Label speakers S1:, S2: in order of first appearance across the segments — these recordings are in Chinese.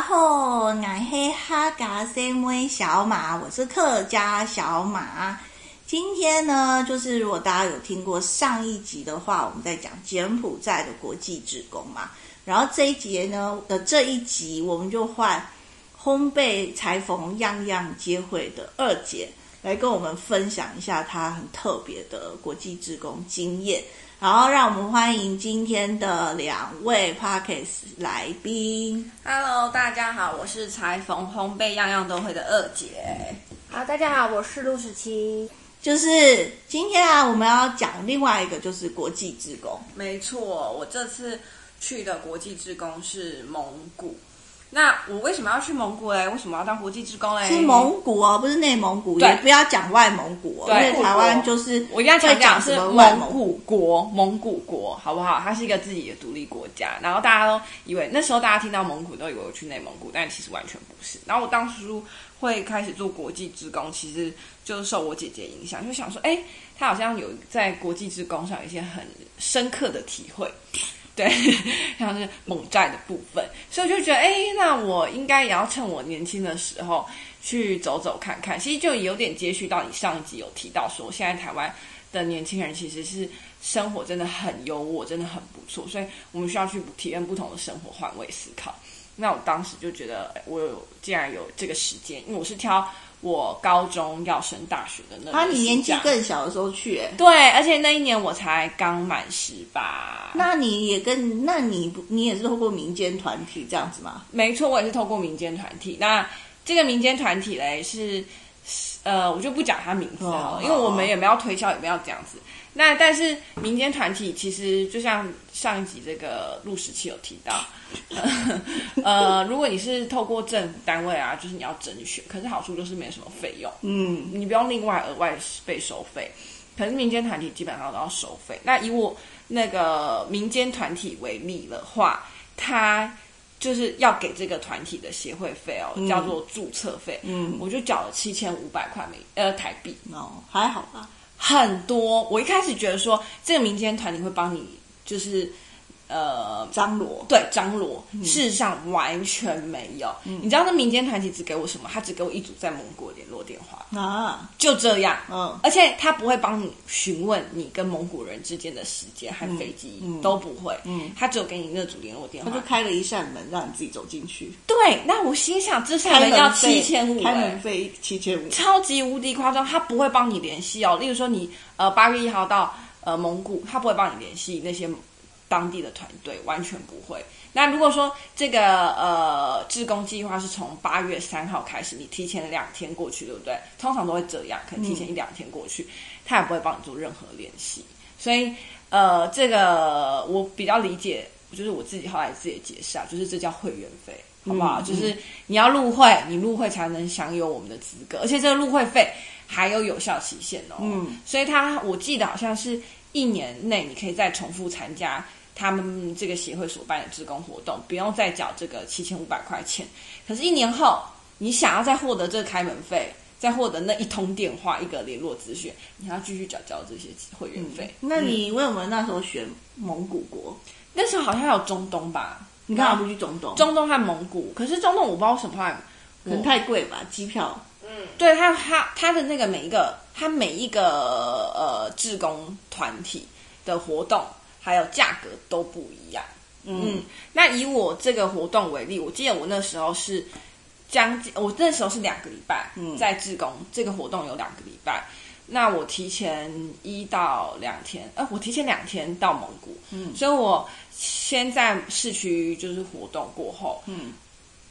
S1: 后俺黑哈嘎 C V 小马，我是客家小马。今天呢，就是如果大家有听过上一集的话，我们在讲柬埔寨的国际职工嘛，然后这一节呢，呃，这一集我们就换烘焙裁缝样样皆会的二姐来跟我们分享一下她很特别的国际职工经验。然后让我们欢迎今天的两位 Parkes 来宾。
S2: Hello，大家好，我是裁缝烘焙样样都会的二姐。
S3: 好，大家好，我是陆十七。
S1: 就是今天啊，我们要讲另外一个，就是国际职工。
S2: 没错，我这次去的国际职工是蒙古。那我为什么要去蒙古嘞？为什么要当国际职工嘞？
S1: 是蒙古哦，不是内蒙古，
S2: 哎对
S1: 也不要讲外蒙古、哦，因
S2: 对
S1: 为台湾就是
S2: 我一定要
S1: 会
S2: 强调
S1: 什
S2: 是
S1: 么外
S2: 蒙
S1: 蒙古。
S2: 古国，蒙古国好不好？它是一个自己的独立国家。然后大家都以为那时候大家听到蒙古都以为我去内蒙古，但其实完全不是。然后我当初会开始做国际职工，其实就是受我姐姐影响，就想说，哎，她好像有在国际职工上有一些很深刻的体会。对，像是蒙寨的部分，所以我就觉得，哎，那我应该也要趁我年轻的时候去走走看看。其实就有点接续到你上一集有提到说，现在台湾的年轻人其实是生活真的很优渥，真的很不错，所以我们需要去体验不同的生活，换位思考。那我当时就觉得，哎我有既然有这个时间，因为我是挑我高中要升大学的那
S1: 啊，
S2: 个
S1: 你
S2: 暑
S1: 年纪
S2: 假
S1: 更小的时候去、哎
S2: 对，而且那一年我才刚满十八。
S1: 那你也跟那你不你也是透过民间团体这样子吗？
S2: 没错，我也是透过民间团体。那这个民间团体嘞是，呃，我就不讲它名字好了，
S1: 哦
S2: 因为我们也没有推销，也没有这样子。那但是民间团体其实就像上一集这个陆十七有提到， 呃，如果你是透过政府单位啊，就是你要甄选，可是好处就是没什么费用，
S1: 嗯，
S2: 你不用另外额外被收费。可是民间团体基本上都要收费。那以我那个民间团体为例的话，它就是要给这个团体的协会费哦，叫做注册费。
S1: 嗯
S2: 我就缴了七千五百块美呃台币，
S1: 哦，还好吧。
S2: 很多。我一开始觉得说这个民间团体会帮你，就是呃
S1: 张罗
S2: 对张罗，事实上完全没有。你知道那民间团体只给我什么？他只给我一组在蒙古的联络电话，
S1: 啊，
S2: 就这样。
S1: 嗯，
S2: 而且他不会帮你询问你跟蒙古人之间的时间和飞机、
S1: 嗯嗯
S2: 都不会，
S1: 嗯
S2: 他只有给你那组联络电
S1: 他
S2: 话
S1: 就。开了一扇门，让你自己走进去。
S2: 对，那我心想这扇
S1: 开
S2: 门
S1: 门
S2: 要
S1: 费
S2: 七千五，
S1: 开门费七千五。
S2: 超级无敌夸张，他不会帮你联系哦。例如说你呃八月一号到呃蒙古，他不会帮你联系那些当地的团队，完全不会。那如果说这个呃志工计划是从八月三号开始，你提前两天过去，对不对？通常都会这样，可能提前一两天过去，他也不会帮你做任何联系。所以呃，这个我比较理解，就是我自己后来自己的解释啊，就是这叫会员费，好不好？
S1: 嗯
S2: 就是你要入会，你入会才能享有我们的资格，而且这个入会费还有有效期限哦。
S1: 嗯，
S2: 所以它我记得好像是一年内你可以再重复参加。他们这个协会所办的职工活动，不用再缴这个七千五百块钱。可是，一年后你想要再获得这个开门费，再获得那一通电话、一个联络资讯，你还要继续缴交这些会员费。
S1: 那你为什么那时候选蒙古国？
S2: 那时候好像还有中东吧？
S1: 你干嘛不去中东？
S2: 中东和蒙古，可是中东我不知道为什么后来
S1: 可能
S2: 我
S1: 太贵吧，机票。
S2: 对他他他的那个每一个他每一个呃志工团体的活动还有价格都不一样。嗯，那以我这个活动为例，我记得我那时候是将近，我那时候是两个礼拜，
S1: 嗯
S2: 在志工这个活动有两个礼拜。那我提前一到两天，呃，我提前两天到蒙古，
S1: 嗯
S2: 所以我先在市区就是活动过后，
S1: 嗯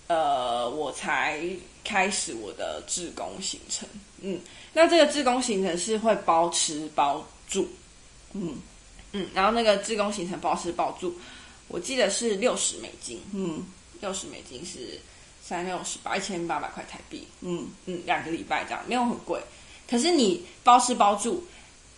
S2: 呃，我才开始我的志工行程。嗯，那这个志工行程是会包吃包住，
S1: 嗯
S2: 嗯，然后那个志工行程包吃包住，我记得是六十美金，
S1: 嗯
S2: 六十美金是三六十八一千八百块台币，
S1: 嗯，
S2: 嗯，两个礼拜这样没有很贵，可是你包吃包住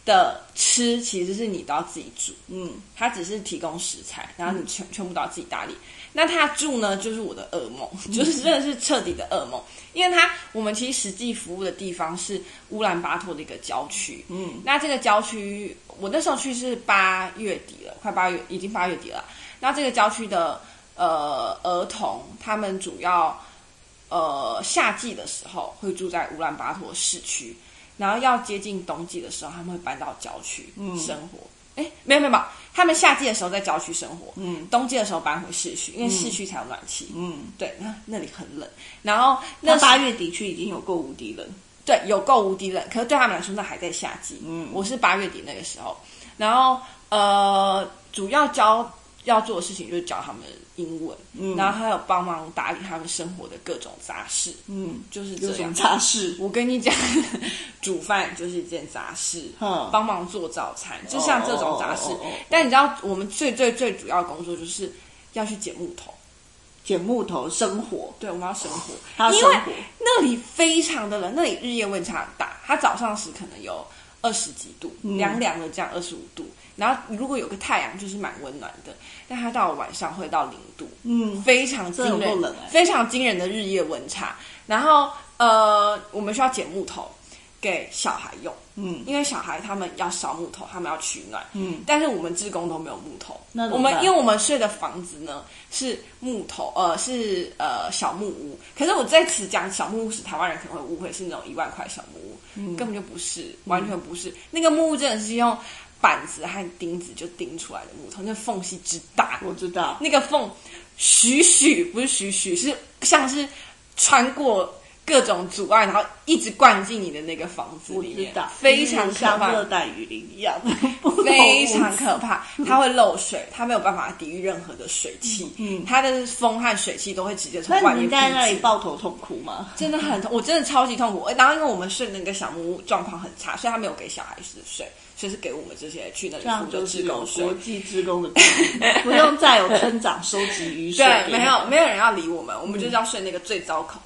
S2: 的吃其实是你都要自己煮，
S1: 嗯，
S2: 它只是提供食材，然后你全全部都要自己打理。那他住呢，就是我的噩梦， 就是真的是彻底的噩梦，因为他我们其实实际服务的地方是乌兰巴托的一个郊区，
S1: 嗯，
S2: 那这个郊区我那时候去是八月底了，快八月已经八月底了，那这个郊区的。呃儿童，他们主要呃夏季的时候会住在乌兰巴托市区，然后要接近冬季的时候，他们会搬到郊区生活。
S1: 嗯
S2: 哎、没有没有没有，他们夏季的时候在郊区生活，嗯，冬季的时候搬回市区，因为市区才有暖气，
S1: 嗯，
S2: 对，那那里很冷。然后那
S1: 那
S2: 时
S1: 八月的确已经有够无敌了。
S2: 对，有够无敌冷，可是对他们来说那还在夏季。
S1: 嗯
S2: 我是八月底那个时候，然后呃，主要教要做的事情就是教他们英文，
S1: 嗯
S2: 然后还有帮忙打理他们生活的各种杂事，
S1: 嗯，
S2: 就是这
S1: 有什
S2: 样
S1: 么。杂事？嗯
S2: 我跟你讲，煮饭就是一件杂事，
S1: 哼
S2: 帮忙做早餐，哦就像这种杂事
S1: 嗯哦哦哦哦哦。
S2: 但你知道，我们最最最主要的工作就是要去捡木头，
S1: 捡木头生火，
S2: 对，我们要生火。
S1: 他生
S2: 因为
S1: 火，
S2: 那里非常的冷，那里日夜温差很大，它早上时可能有二十几度，
S1: 嗯
S2: 凉凉的这样二十五度，然后如果有个太阳就是蛮温暖的，但它到了晚上会到零度，
S1: 嗯，
S2: 非常惊
S1: 这有够
S2: 人，
S1: 冷欸
S2: 非常惊人的日夜温差。然后呃，我们需要捡木头给小孩用，
S1: 嗯，
S2: 因为小孩他们要烧木头，他们要取暖，
S1: 嗯，
S2: 但是我们志工都没有木头，
S1: 那怎么
S2: 我们
S1: 办
S2: 因为我们睡的房子呢是木头，呃是呃小木屋，可是我在此讲小木屋是台湾人可能会误会是那种一万块小木屋，
S1: 嗯
S2: 根本就不是，完全不是，那个木屋真的是用板子和钉子就钉出来的木头，那缝隙之大，
S1: 我知道。
S2: 那个缝许许不是许许，是像是穿过各种阻碍，然后一直灌进你的那个房子
S1: 我
S2: 里
S1: 知
S2: 面
S1: 道，，
S2: 非常可
S1: 像
S2: 怕，
S1: 热带雨林一 样，
S2: 非常 可怕。它会漏水，它没有办法抵御任何的水汽，
S1: 嗯
S2: 它的风和水汽都会直接从
S1: 那
S2: 外
S1: 你
S2: 面
S1: 在那里
S2: 喷进
S1: 抱头痛哭吗？
S2: 真的很痛，我真的超级痛苦。呃然后因为我们睡那个小木屋状况很差，所以他没有给小孩子睡，所以是给我们这些去那
S1: 这
S2: 里
S1: 样
S2: 负责
S1: 就是
S2: 志
S1: 有
S2: 工睡
S1: 国。际职工的鼓励不用再有村长收集雨水。
S2: 对，没有没有人要理我们，我
S1: 嗯
S2: 们就是要睡那个最糟况、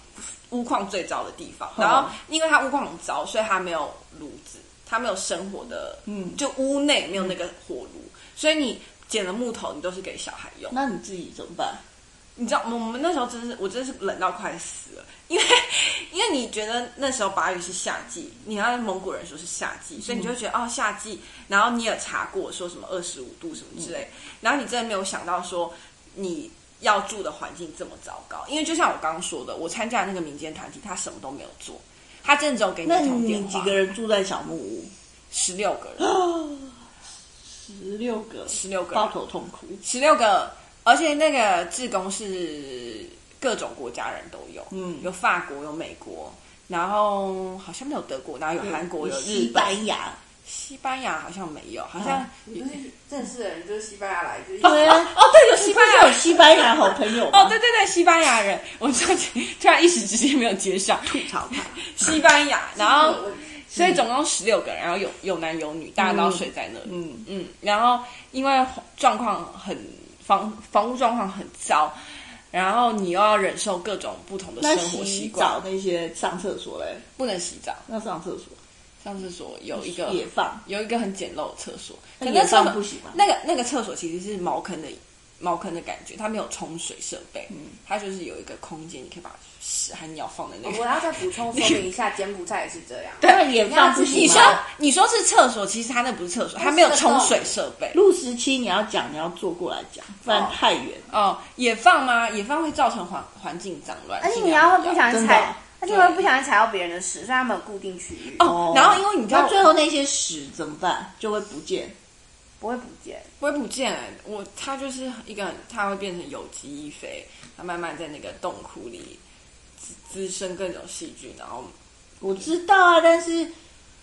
S2: 屋况最糟的地方。然后因为它屋况很糟，所以它没有炉子，它没有生活的，
S1: 嗯
S2: 就屋内没有那个火炉，所以你捡了木头，你都是给小孩用。
S1: 那你自己怎么办？
S2: 你知道，我们那时候真是，我真是冷到快死了，因为 因为你觉得那时候八月是夏季，你要蒙古人说是夏季，所以你就会觉得、哦夏季，然后你也查过说什么二十五度什么之类，
S1: 嗯
S2: 然后你真的没有想到说你要住的环境这么糟糕，因为就像我刚刚说的，我参加的那个民间团体，他什么都没有做，他真的只有给你
S1: 那
S2: 一通电
S1: 你
S2: 话，
S1: 几个人住在小木屋？
S2: 十六个人，
S1: 十六个，
S2: 十六个人
S1: 抱，头痛哭。
S2: 十六个，而且那个志工是各种国家人都有，
S1: 嗯
S2: 有法国，有美国，然后好像没有德国，然后有韩国，有日
S1: 西
S2: 本，
S1: 班牙，哦
S2: 西班牙好像没有，好像、
S4: 不是正式的人，就是西班牙来，就是
S1: 对啊，
S2: 哦，对，有西班牙
S1: 有西班牙好朋友
S2: 哦，
S1: 吗
S2: 对对对，西班牙人，我突然突然一时之间没有接上
S1: 吐槽他，
S2: 西班牙，然后
S4: 我
S2: 所以总共十六个人，然后有有男有女，大家都要睡在那里。
S1: 嗯
S2: 嗯，然后因为状况很房房屋状况很糟，然后你又要忍受各种不同的
S1: 那
S2: 生活习
S1: 洗
S2: 惯
S1: 澡，那些上厕所嘞，
S2: 不能洗澡，
S1: 那上厕所
S2: 上厕所有一个
S1: 野放，
S2: 有一个很简陋的厕所，
S1: 那
S2: 可那
S1: 野
S2: 厕
S1: 放
S2: 所
S1: 不喜欢
S2: 那个那个厕所其实是茅坑的茅坑的感觉，它没有冲水设备，它就是有一个空间，你可以把屎和尿放在那
S4: 哦我
S2: 个。
S4: 要再补充说明一下，柬埔寨也是这样。
S1: 那野放不
S2: 你
S1: 行
S2: 说
S1: 吗？
S2: 你说是厕所，其实它那不是厕所，它没有冲水设备。
S1: 路时期你要讲，你要坐过来讲，不然太远。
S2: 哦，野放吗？野放会造成环环境脏乱，
S3: 而
S4: 哎
S3: 且
S2: 尽
S3: 哎你
S2: 量
S3: 要会
S2: 不
S3: 不小
S1: 真
S3: 心
S1: 的
S3: 踩
S1: 啊，
S3: 而且会不小心踩到别人的屎，所以他们有固定区域，
S2: 哦，然后因为你知道
S1: 那最后那些屎怎么办？就会不见。
S3: 不会不见。
S2: 不会不见我，它就是一个很，它会变成有机易肥，它慢慢在那个洞窟里滋滋生各种细菌，然后
S1: 我知道啊，但是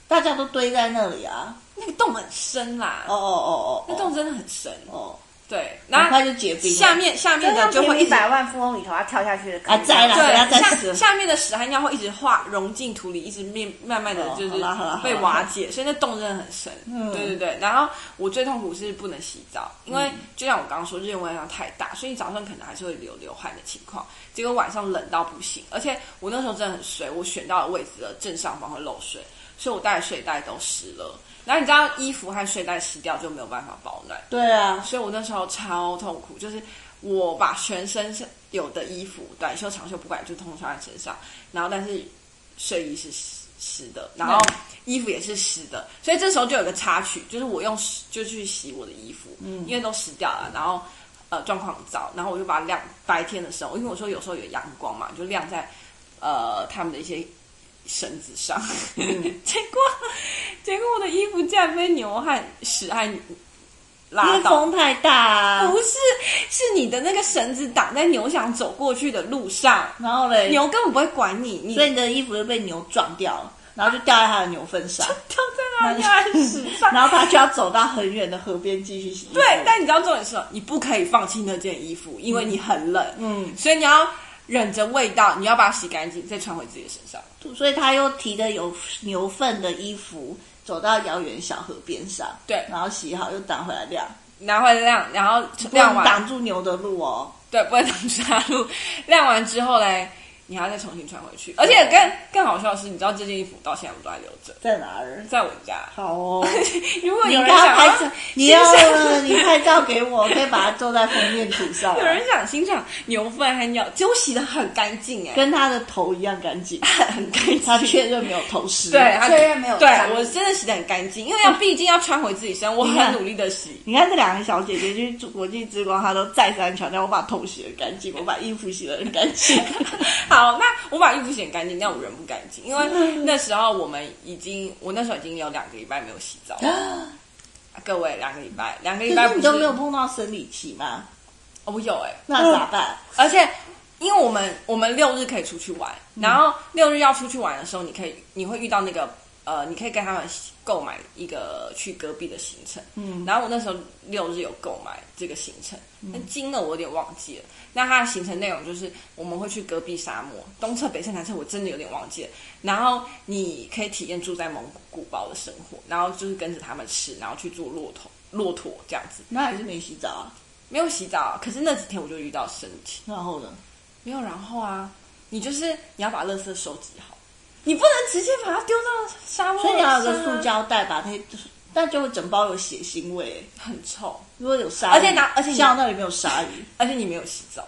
S1: 大家都堆在那里啊。
S2: 那个洞很深啦，
S1: 哦哦哦哦，
S2: 那洞真的很深，
S1: 哦，
S2: 对，
S1: 很
S2: 然
S1: 快
S2: 后
S1: 就结冰了。
S2: 下面下面
S3: 就
S2: 哦的
S3: 像
S2: 就
S3: 《
S2: 会一
S3: 一
S2: 直
S3: 百万富翁》里头他跳下去的
S1: 啊栽了
S2: 对
S1: 不要，再死
S2: 下
S1: 了
S2: 下面的屎和尿会一直化融进土里，一直面慢慢的
S1: 哦
S2: 就是
S1: 好啦好啦好啦
S2: 被瓦解，所以那洞真的很深。
S1: 嗯
S2: 对对对。然后我最痛苦是不能洗澡，因为就像我刚刚说，日夜温差太大，所以你早上可能还是会流流汗的情况。结果晚上冷到不行，而且我那时候真的很衰，我选到的位置的正上方会漏水，所以我带的睡袋都湿了。然后你知道衣服和睡袋湿掉就没有办法保暖，
S1: 对啊，
S2: 所以我那时候超痛苦，就是我把全身是有的衣服，短袖、长袖不管，就通通穿在身上，然后但是睡衣是湿湿的，然后衣服也是湿的，所以这时候就有个插曲，就是我用湿就去洗我的衣服，因为都湿掉了，然后呃状况很糟，然后我就把它晾白天的时候，因为我说有时候有阳光嘛，就晾在呃他们的一些绳子上， 结果结果我的衣服竟然被牛和屎和
S1: 因
S2: 拉
S1: 为
S2: 倒。
S1: 风太大啊
S2: 不，是，是你的那个绳子挡在牛想走过去的路上，
S1: 然后嘞，
S2: 牛根本不会管你，你
S1: 所以你的衣服就被牛撞掉了，然后就掉在他的牛粪上，
S2: 掉在那里啊还屎 上。
S1: 然后他就要走到很远的河边继续洗衣服。
S2: 对，但你知道重点是什么，你不可以放弃那件衣服，因为你很冷，
S1: 嗯，
S2: 所以你要忍着味道，你要把它洗干净，再穿回自己的身上。
S1: 所以他又提着有牛粪的衣服走到遥远小河边上，
S2: 对
S1: 然后洗好又挡回来晾，
S2: 拿回来晾，然后
S1: 不
S2: 晾
S1: 能
S2: 完，
S1: 挡住牛的路哦。
S2: 对，不会挡住它的路。晾完之后嘞，你还要再重新穿回去。而且更更好笑的是，你知道这件衣服到现在我都还留着，
S1: 在哪儿？
S2: 在我家。
S1: 好 哦，
S2: 如果
S1: 你
S2: 有
S1: 给
S2: 人
S1: 他
S2: 想
S1: 拍
S2: 要
S1: 照，你
S2: 欣
S1: 要
S2: 赏
S1: 你拍照给我，我可以把它做在封面图上啊，
S2: 有人想欣赏牛粪和尿，结果洗的很干净哎，
S1: 跟他的头一样干净，
S2: 很干净。
S1: 他确认没有头湿。
S2: 对，它
S4: 确认没有
S2: 对
S4: 脏
S2: 我真的洗的很干净，因为要毕竟要穿回自己身，我
S1: 你看
S2: 很努力的洗。
S1: 你看这两个小姐姐去国际之光，她都再三强调我把头洗得干净，我把衣服洗得很干 净。
S2: 好，那我把衣服洗得很干净，但我人不干净，因为那时候我们已经，我那时候已经有两个礼拜没有洗澡了。各位，两个礼拜，两个礼
S1: 可
S2: 拜
S1: 是
S2: 不
S1: 啊你
S2: 是
S1: 都没有啊碰到生理期吗？
S2: 哦，我有哎、
S1: 那咋办？
S2: 而且因为我们我们六日可以出去玩，然后六日要出去玩的时候，你可以你会遇到那个呃，你可以跟他们购买一个去戈壁的行程。嗯，然后我那时候六日有购买这个行程，
S1: 嗯
S2: 但金额我有点忘记了。那它的行程内容就是我们会去戈壁沙漠，东侧、北侧、南侧，我真的有点忘记了。然后你可以体验住在蒙古古包的生活，然后就是跟着他们吃，然后去做骆驼骆驼这样子，
S1: 那还是没洗澡啊？
S2: 没有洗澡。可是那几天我就遇到身体。
S1: 然后呢？
S2: 没有然后啊，你就是你要把垃圾收集好，你不能直接把它丢到沙漠、啊
S1: 所以你要有个塑，胶袋把那些，但就会整包有血腥味。
S2: 很臭，
S1: 如果有鲨鱼，
S2: 而且拿而且你
S1: 像那里没有鲨鱼，
S2: 而且你没有洗澡，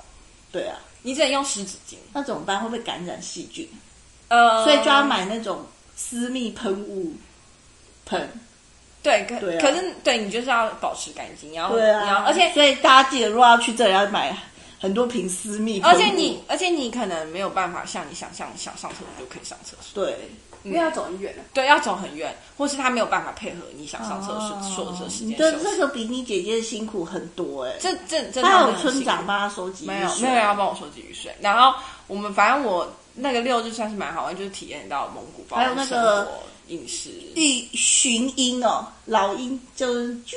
S1: 对啊，
S2: 你只能用湿纸巾。
S1: 那怎么办？会不会感染细菌？
S2: 呃，
S1: 所以就要买那种私密喷雾喷。
S2: 对，可
S1: 对啊
S2: 可是对你就是要保持干净，然后
S1: 对
S2: 你要
S1: 啊，
S2: 而且
S1: 所以大家记得，如果要去这里，要买很多瓶私密喷雾。
S2: 而且你而且你可能没有办法像你想象，你想上厕所就可以上厕所，
S1: 对，
S4: 因为要走很远了。
S2: 对，要走很远，或是他没有办法配合你想上厕所所的
S1: 哦
S2: 时
S1: 你
S2: 间
S1: 的
S2: 休
S1: 这
S2: 息。
S1: 个比你姐姐辛苦很多哎、欸。
S2: 这这这
S1: 她
S2: 真
S1: 还
S2: 的
S1: 有
S2: 很
S1: 村
S2: 辛
S1: 长
S2: 苦
S1: 帮她收集
S2: 没
S1: 雨
S2: 有
S1: 水
S2: 没有人要帮我收集雨水。然后我们反正我那个六日算是蛮好玩，就是体验到蒙古包
S1: 还有那个
S2: 生活饮食。
S1: 一寻鹰哦，老鹰就是啾，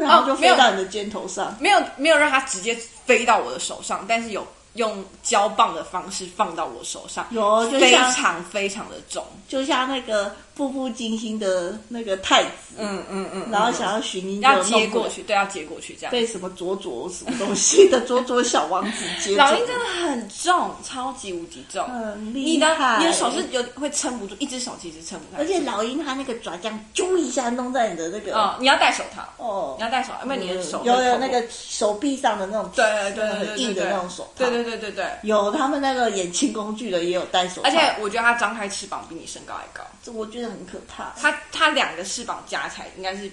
S1: 然后就
S2: 没
S1: 飞
S2: 有
S1: 到你的肩头上。
S2: 哦没有没有让它直接飞到我的手上，但是有用胶棒的方式放到我手上，
S1: 有就
S2: 非
S1: 像
S2: 常非常的重。
S1: 就像那个步步惊心的那个太子，
S2: 嗯嗯嗯，
S1: 然后想要寻音，
S2: 要接过，去，对，要接过去这样。
S1: 被什么佐佐什么东西的 佐佐小王子接走。
S2: 老鹰真的很重，超级无敌重，
S1: 很
S2: 你
S1: 嗯厉
S2: 的
S1: 害，
S2: 你的手是有会撑不住，一只手其实撑不太住。
S1: 而且老鹰它那个爪这样揪一下弄在你的那个
S2: 哦，你要戴手套，
S1: 哦嗯
S2: 你，要戴手套，因为你的手
S1: 有
S2: 会
S1: 有
S2: 透
S1: 那
S2: 过
S1: 个手臂上的那种
S2: 对对对
S1: 那个
S2: 对对
S1: 很硬的那种手套，
S2: 对对对对对。
S1: 有他们那个演清工具的也有戴手套，
S2: 而且我觉得它张开翅膀比你身高还高，
S1: 这我觉得很可怕。
S2: 它它两个翅膀加起来应该是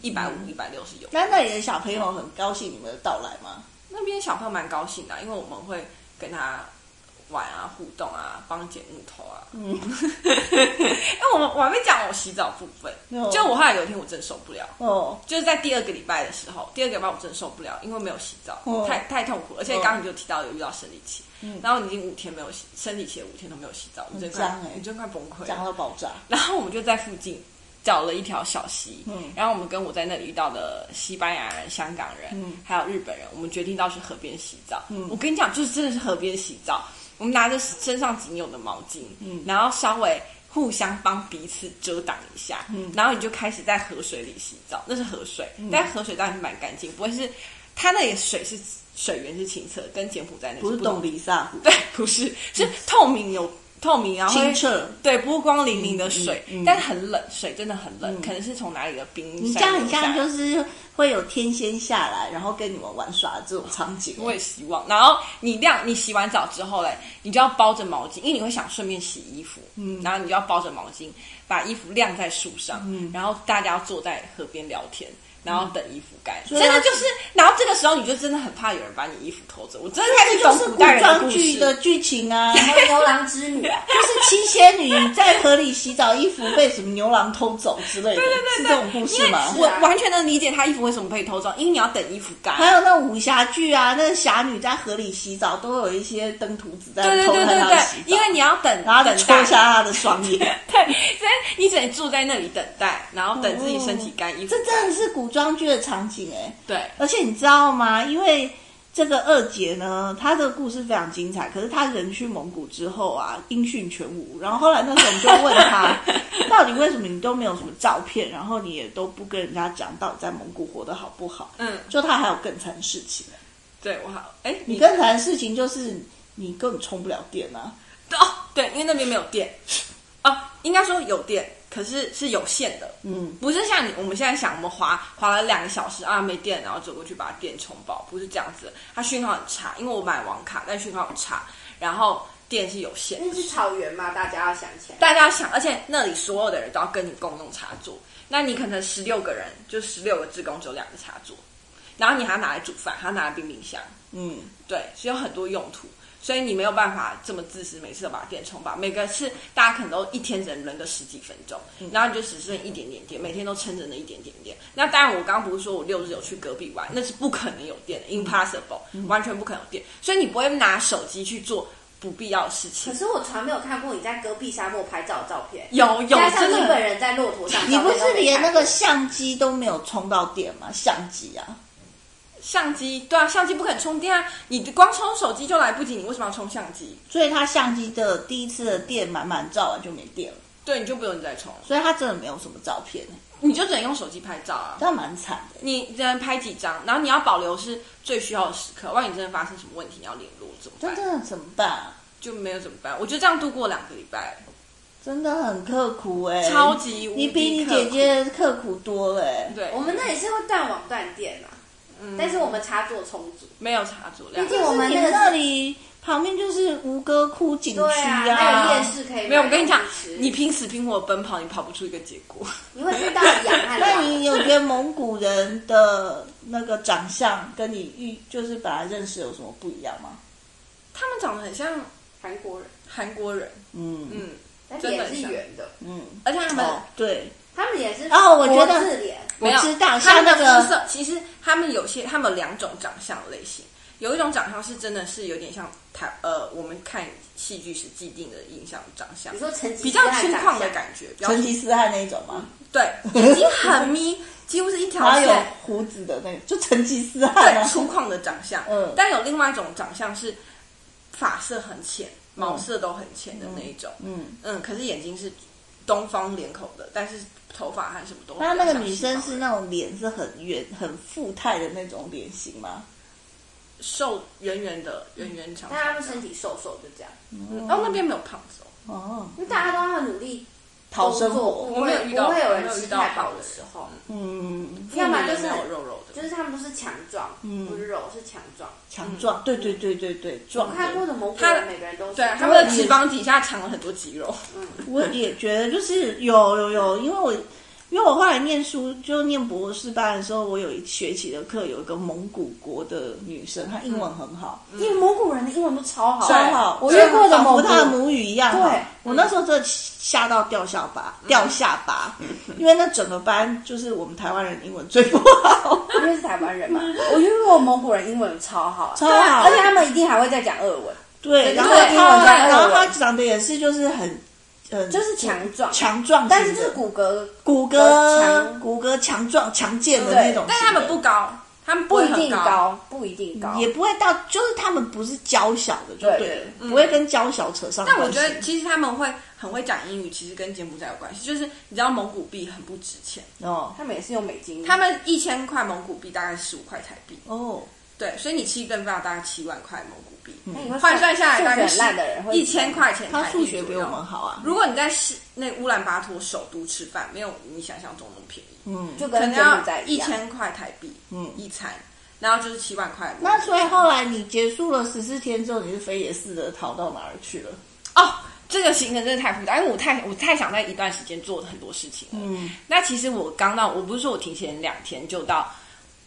S2: 一百五、一百六十有。
S1: 那那里的小朋友很高兴你们的到来吗？
S2: 那边小朋友蛮高兴的啊、因为我们会跟他玩啊、互动啊、帮捡木头啊。 嗯，因为我们我还没讲我洗澡部分
S1: 哦，
S2: 就我后来有一天我真受不了，
S1: 哦，
S2: 就是在第二个礼拜的时候，第二个礼拜我真受不了，因为没有洗澡，
S1: 哦嗯
S2: 太太痛苦，而且刚刚你就提到有遇到生理期，然后你已经五天没有洗，生理期的五天都没有洗澡，你真快
S1: 脏欸
S2: 你真快崩溃了。
S1: 讲到爆炸，
S2: 然后我们就在附近找了一条小溪，
S1: 嗯
S2: 然后我们跟我在那里遇到的西班牙人、香港人，
S1: 嗯
S2: 还有日本人，我们决定到去河边洗澡。
S1: 嗯
S2: 我跟你讲，就是真的是河边洗澡，我们拿着身上仅有的毛巾，
S1: 嗯
S2: 然后稍微。互相帮彼此遮挡一下，
S1: 嗯
S2: 然后你就开始在河水里洗澡，那是河水，但河水当然是蛮干净，不会是它那里的水是水源是清澈，跟柬埔寨那
S1: 不是
S2: 不同
S1: 懂离萨湖，
S2: 对，不是是透明有透明，然后会
S1: 清澈。
S2: 对，波光粼粼的水，
S1: 嗯嗯嗯嗯
S2: 但很冷，水真的很冷，可能是从哪里的冰山
S1: 你这样很
S2: 流下
S1: 像
S2: 来
S1: 就是会有天仙下来，然后跟你们玩耍的这种场景。
S2: 我也希望。然后你晾，你洗完澡之后嘞，你就要包着毛巾，因为你会想顺便洗衣服，嗯，然后你就要包着毛巾，把衣服晾在树上，嗯，然后大家坐在河边聊天。然后等衣服干，
S1: 所以
S2: 真的
S1: 要
S2: 就是，然后这个时候你就真的很怕有人把你衣服偷走。我真的
S1: 这
S2: 太
S1: 就
S2: 懂
S1: 是
S2: 古
S1: 古
S2: 代人
S1: 装
S2: 故
S1: 剧
S2: 事
S1: 的剧情 啊，
S3: 什么牛郎织女 啊，
S1: 就是七仙女在河里洗澡，衣服被什么牛郎偷走之类的，是这种故事吗？
S2: 我完全能理解他衣服为什么被偷走，因为你要等衣服干。
S1: 还有那武侠剧啊，那个侠女在河里洗澡，都会有一些登徒子在
S2: 对对
S1: 偷
S2: 对
S1: 看
S2: 对
S1: 她的洗
S2: 对，
S1: 澡，
S2: 因为你要等，
S1: 然后就
S2: 等
S1: 戳
S2: 待，
S1: 瞎她的双眼。
S2: 对，所以你只能住在那里等待，然后等自己身体干，衣服
S1: 这真的是古装剧的场景哎、
S2: 对。
S1: 而且你知道吗？因为这个二姐呢，她的故事非常精彩。可是她人去蒙古之后啊，音讯全无。然后后来那时候我们就问 她，到底为什么你都没有什么照片，然后你也都不跟人家讲到底在蒙古活得好不好？
S2: 嗯，
S1: 就她还有更惨的事情。
S2: 对我好，哎，
S1: 你更惨的事情就是你根本充不了电啊。
S2: 哦，对，因为那边没有电，哦，应该说有电，可是是有限的，
S1: 嗯，
S2: 不是像你我们现在想，我们滑滑了两个小时啊没电，然后走过去把电充饱，不是这样子的，它讯号很差，因为我买网卡，但讯号很差，然后电是有限的，
S4: 那是草原嘛，大家要想起来。
S2: 大家想，而且那里所有的人都要跟你共用插座，那你可能十六个人，就十六个职工只有两个插座，然后你还要拿来煮饭，还要拿来冰冰箱，
S1: 嗯，
S2: 对，所以有很多用途，所以你没有办法这么自私，每次都把电充饱，每个次大家可能都一天只能轮个十几分钟，
S4: 嗯
S2: 然后你就只剩一点点电，每天都撑着那一点点电。那当然，我刚刚不是说我六日有去隔壁玩，那是不可能有电的，impossible，完
S4: 嗯
S2: 全不可能有电，所以你不会拿手机去做不必要的事情
S4: 可。是我从来没有看过你在戈壁沙漠拍照的照片，
S2: 有有
S4: 加上
S2: 真
S4: 日
S2: 的
S4: 本人在骆驼上，
S1: 你不
S4: 照
S1: 是
S4: 片都没
S1: 连那
S4: 看
S1: 个相机都没有充到电吗？相机啊，
S2: 相机对啊，相机不肯充电啊，你光充手机就来不及，你为什么要充相机？
S1: 所以她相机的第一次的电满满照完就没电了。
S2: 对，你就不用再充，
S1: 所以他真的没有什么照片，
S2: 你就只能用手机拍照啊。
S1: 这样蛮惨的。欸
S2: 你只能拍几张，然后你要保留是最需要的时刻。万一真的发生什么问题，你要联络怎么
S1: 这
S2: 办？
S1: 真的怎么办啊？
S2: 就没有怎么办？我就这样度过两个礼拜，
S1: 真的很刻苦哎、
S2: 超级无敌
S1: 你比你
S2: 刻苦
S1: 姐姐刻苦多了哎、
S2: 对，
S4: 我们那里是会断网断电啊，
S2: 嗯
S4: 但是我们插座充足。
S2: 没有插座量
S4: 毕。竟我们
S1: 你
S4: 那
S1: 们
S4: 个
S1: 那里旁边就是吴哥窟景区
S4: 对啊，那有夜市可以买
S2: 没有，我跟你讲
S4: 东西吃，
S2: 你拼死拼活奔跑，你跑不出一个结果。
S4: 你会遇到痒和
S1: 那
S4: 痒
S1: 你有觉得蒙古人的那个长相跟你遇就是本来认识有什么不一样吗？
S2: 他们长得很像
S4: 韩国人，
S2: 韩国人，
S1: 嗯
S2: 嗯，
S4: 但
S2: 真的
S4: 脸
S2: 很
S4: 是
S2: 像
S4: 圆的，
S1: 嗯，
S2: 而且他们、
S1: 哦对，
S4: 他们也是
S1: 哦我觉得
S4: 国字脸，
S1: 我
S2: 没有
S1: 知道，
S2: 他
S1: 像那
S2: 们的肤
S1: 个
S2: 色，其实他们有些，他们有两种长相类型，有一种长相是真的是有点像台呃，我们看戏剧时既定的印象长相
S4: 你，说成吉
S2: 比
S4: 思
S2: 较
S4: 汗
S2: 粗犷的
S4: 长相
S2: 感觉，比较
S1: 成吉思汗那一种吗？
S2: 对， 眼睛很眯，几乎是一条
S1: 然后有
S2: 线，
S1: 胡子的那个， 就成吉思汗
S2: 对，
S1: 啊。
S2: 粗犷的长相。
S1: 嗯
S2: 但有另外一种长相是发色很浅，毛色都很浅的那一种，
S1: 嗯，
S2: 嗯，可是眼睛是东方脸孔的，但是头发和什么都比较
S1: 那
S2: 像西方
S1: 那
S2: 人。
S1: 个女生是那种脸是很圆、很富态的那种脸型吗？
S2: 瘦圆圆的，圆圆长长
S4: 但他们身体瘦瘦就这样，
S2: 嗯哦，那边没有胖子哦。
S1: 哦，
S4: 因为大家都要努力
S1: 讨生
S4: 工
S1: 活，
S4: 作
S2: 我没有遇到
S4: 不会有
S2: 我没有
S4: 人
S2: 遇
S4: 吃
S2: 到
S4: 太饱的时候，
S1: 嗯，
S4: 要么就是
S2: 没有嗯肉肉
S4: 就
S2: 的，
S4: 是他们都是强壮，不是肉是强壮。
S1: 强壮，对对对对对，
S4: 我
S1: 壮
S4: 看过
S1: 的。
S4: 的蒙古
S2: 他
S4: 人每个人都是
S2: 对，他
S4: 他
S2: 们
S4: 们
S2: 的脂肪底下藏了很多肌肉。
S1: 我也觉得就是有有有，因为我因为我后来念书就念博士班的时候，我有一学期的课有一个蒙古国的女生，她英文很好，
S4: 因为蒙古人的英文都超好，啊
S1: 超好，
S4: 我遇过的
S1: 仿佛
S4: 蒙古
S1: 她的母语一样好。
S4: 对
S1: 我那时候真的吓到掉下巴，掉下巴，因为那整个班就是我们台湾人英文最不 好。
S4: 因为是台湾人嘛，我遇过蒙古人英文超好，啊
S1: 超好
S4: 而且他们一定还会再讲俄文，
S1: 对，
S4: 对
S1: 然后
S4: 对英
S1: 他
S4: 文加
S1: 然后
S4: 俄
S1: 他
S4: 文
S1: 长得也是就是很很
S4: 就是强壮，
S1: 强壮型的，
S4: 但是就是骨骼
S1: 骨骼
S4: 强
S1: 骨骼强壮强健的那种型的，
S2: 但是他们不高，他们
S4: 不
S2: 会
S4: 一
S2: 很
S4: 定
S2: 高，
S4: 高，不一定高，
S1: 也不会到，就是他们不是娇小的，就
S4: 对
S1: 对了，
S2: 嗯
S1: 不会跟娇小扯上关
S2: 但
S1: 系。
S2: 我觉得其实他们会很会讲英语，其实跟柬埔寨有关系。就是你知道蒙古币很不值钱，
S1: 哦
S4: 他们也是用美金，
S2: 他们一千块蒙古币大概十五块台币，
S1: 哦，
S2: 对，所以你吃一顿饭大概七万块蒙古币，
S4: 那你会
S2: 换算下来大概
S4: 嗯数学很烂的人会
S2: 一千块钱
S1: 他
S2: 台币
S1: 数学
S2: 左
S1: 比
S2: 右
S1: 我们好啊，
S2: 如果你在市那乌兰巴托首都吃饭，没有你想象中那么便宜，
S1: 嗯
S4: 就
S2: 可
S4: 跟
S2: 能
S4: 柬埔
S2: 要
S4: 寨
S2: 一
S4: 样，
S2: 千块台币，
S1: 嗯
S2: 一餐，然后就是七万块。
S1: 那所以后来你结束了十四天之后，你是飞也似的逃到哪儿去了？
S2: 哦，这个行程真的太复杂，因为我太我太想在一段时间做很多事情了。
S1: 嗯，
S2: 那其实我刚到，我不是说我提前两天就到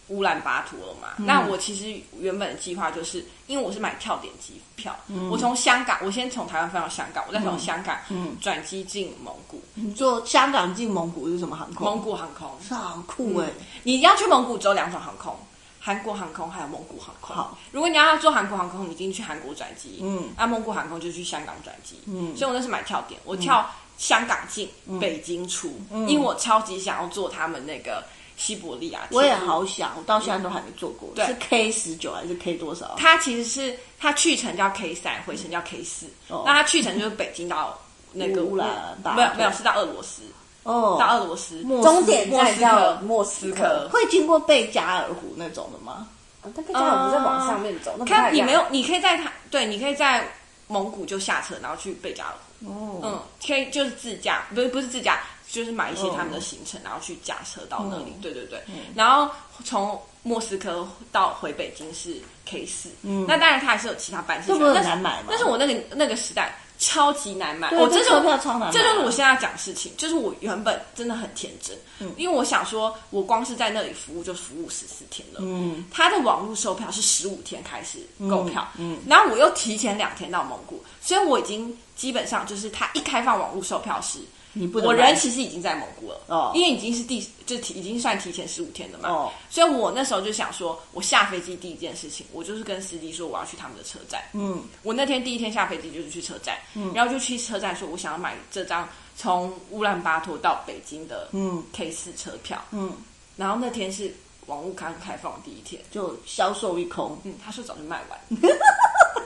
S2: 乌兰巴托了嘛？那我其实原本的计划就是，因为我是买跳点机票，我从香港，我先从台湾飞到香港，我再从香港
S1: 嗯
S2: 转机进蒙古，
S1: 你坐香港进蒙古是什么航空？
S2: 蒙古航空。
S1: 是啊很酷哎、
S2: 你要去蒙古只有两种航空，韩国航空还有蒙古航空。
S1: 好，
S2: 如果你要坐韩国航空，你一定去韩国转机。
S1: 嗯，
S2: 那、蒙古航空就去香港转机。
S1: 嗯
S2: 所以我那是买跳点，我跳香港进、北京出，
S1: 嗯
S2: 因为我超级想要坐他们那个西伯利亚。
S1: 我也。好想，我到现在都还没做过。
S2: 对
S1: 是 K 十九还是 K 多少？
S2: 它其实是它去程叫 K 三，回程叫 K 四、
S1: 哦
S2: 那它去程就是北京到那个
S1: 乌兰巴
S2: 没有
S1: 托
S2: 没有是到俄罗斯，
S1: 哦，
S2: 到俄罗斯。
S1: 莫斯
S3: 终点站叫
S2: 莫
S3: 莫
S2: 斯
S3: 斯
S2: 科
S3: 科，
S1: 会经过贝加尔湖那种的吗？
S3: 哦但跟家长不是在往上面走，那不太
S2: 哦看
S3: 一
S2: 你
S3: 样
S2: 没有，你可以在它对，你可以在蒙古就下车，然后去贝加尔湖。
S1: 哦，
S2: 嗯，可以就是自驾，不是不是自驾，就是买一些
S1: 哦
S2: 他们的行程，然后去驾车到那里。
S1: 嗯
S2: 对对对，然后从莫斯科到回北京是 K 四、
S1: 嗯
S2: 那当然它还是有其他班次选，
S1: 这不是
S2: 但
S1: 很难买吗
S2: 但是我那个那个时代超级难买，
S1: 对
S2: 我这
S1: 这
S2: 就
S1: 车票超难买啊
S2: 这就是我现在要讲的事情，就是我原本真的很天真，
S1: 嗯
S2: 因为我想说，我光是在那里服务就服务十四天了，
S1: 嗯，
S2: 他的网络售票是十五天开始购票，
S1: 嗯嗯
S2: 然后我又提前两天到蒙古，所以我已经基本上就是他一开放网络售票时，
S1: 你不能
S2: 我
S1: 买
S2: 人其实已经在蒙古了，
S1: 哦
S2: 因为已经是第就提已经算提前十五天了嘛，
S1: 哦
S2: 所以我那时候就想说，我下飞机第一件事情，我就是跟司机说我要去他们的车站，
S1: 嗯
S2: 我那天第一天下飞机就是去车站，然后就去车站说我想要买这张从乌兰巴托到北京的
S1: 嗯
S2: K 四车票，
S1: 嗯，
S2: 然后那天是网络刚开放的第一天。
S1: 就销售一空。
S2: 嗯，他说早就卖 完。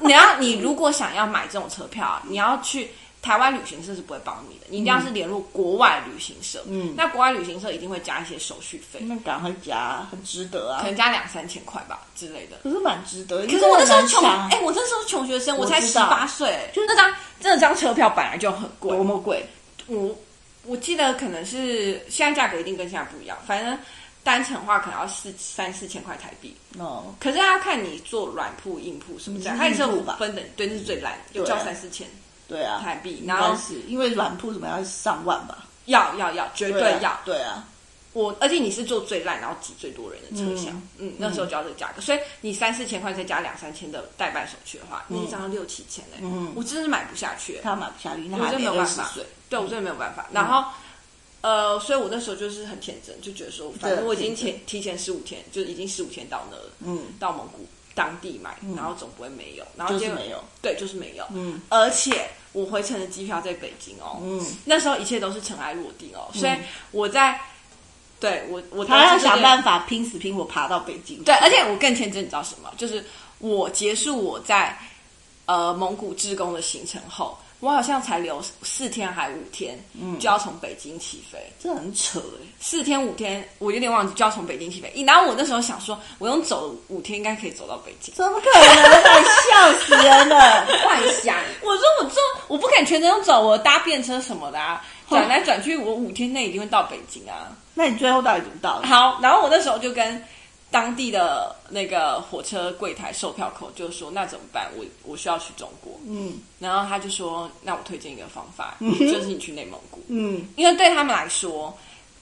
S2: 你要你如果想要买这种车票啊，你要去台湾旅行社是不会帮你的，你一定要是联络国外旅行社。
S1: 嗯
S2: 那国外旅行社一定会加一些手续费，
S1: 那赶快加，很值得啊
S2: 可！能加两三千块吧之类的。
S1: 可是蛮值得，可
S2: 可是我那时候穷，
S1: 抢，啊
S2: 哎、我那时候穷学生，我
S1: 我
S2: 才
S1: 知
S2: 十
S1: 道
S2: 八岁，就那张这张车票本来就很贵，
S1: 多么贵，
S2: 我我记得可能是现在价格一定跟现在不一样，反正单程的话可能要四三四千块台币，
S1: 哦，
S2: 可是要看你做软铺、硬铺什么这
S1: 嗯
S2: 样，它也是有
S1: 硬铺吧
S2: 分的，对，那是最烂的，有
S1: 对
S2: 交
S1: 啊
S2: 三四千
S1: 对啊，
S2: 台币，
S1: 应
S2: 然
S1: 该
S2: 后
S1: 是因为软铺怎么样上万吧？
S2: 要要要，绝对
S1: 啊
S2: 要。
S1: 对啊，
S2: 我而且你是坐最烂，然后挤最多人的车厢，嗯，那时候就要这个价格，所以你三四千块再加两三千的代办手续的话，你一张要六七千嘞，
S1: 嗯
S2: 我真的是买不下去，
S1: 他买不下去，因为
S2: 我
S1: 他还
S2: 真的没
S1: 没
S2: 有
S1: 二
S2: 办
S1: 十
S2: 法
S1: 岁，，
S2: 对我真的没有办法。
S1: 嗯
S2: 然后，呃，所以我那时候就是很天真，就觉得说，反正我已经
S1: 天
S2: 前提前十五天，就已经十五天到那了，
S1: 嗯，
S2: 到蒙古当地买，然后总不会没有，然后
S1: 就是
S2: 结果
S1: 没有，
S2: 对，就是没有，
S1: 嗯
S2: 而且我回程的机票在北京哦，
S1: 嗯，
S2: 那时候一切都是尘埃落定哦，所以我在，对我我
S1: 他要想办
S2: 法，
S1: 法拼死拼活爬到北京。
S2: 对，而且我更天真，你知道什么？就是我结束我在呃蒙古志工的行程后，我好像才留四天还五天，
S1: 嗯
S2: 就要从北京起飞，
S1: 这很扯欸
S2: 四天五天，我有点忘记，就要从北京起飞。然后我那时候想说，我用走五天应该可以走到北京。
S1: 怎么可能？笑死人 了！
S3: 幻 想，
S2: 我说我这我不敢全程走，我搭便车什么的啊，转来转去，我五天内一定会到北京啊。
S1: 那你最后到底怎么到的？
S2: 好，然后我那时候就跟当地的那个火车柜台售票口就说，那怎么办？我我需要去中国。
S1: 嗯
S2: 然后他就说，那我推荐一个方法，就是你去内蒙古，
S1: 嗯
S2: 因为对他们来说，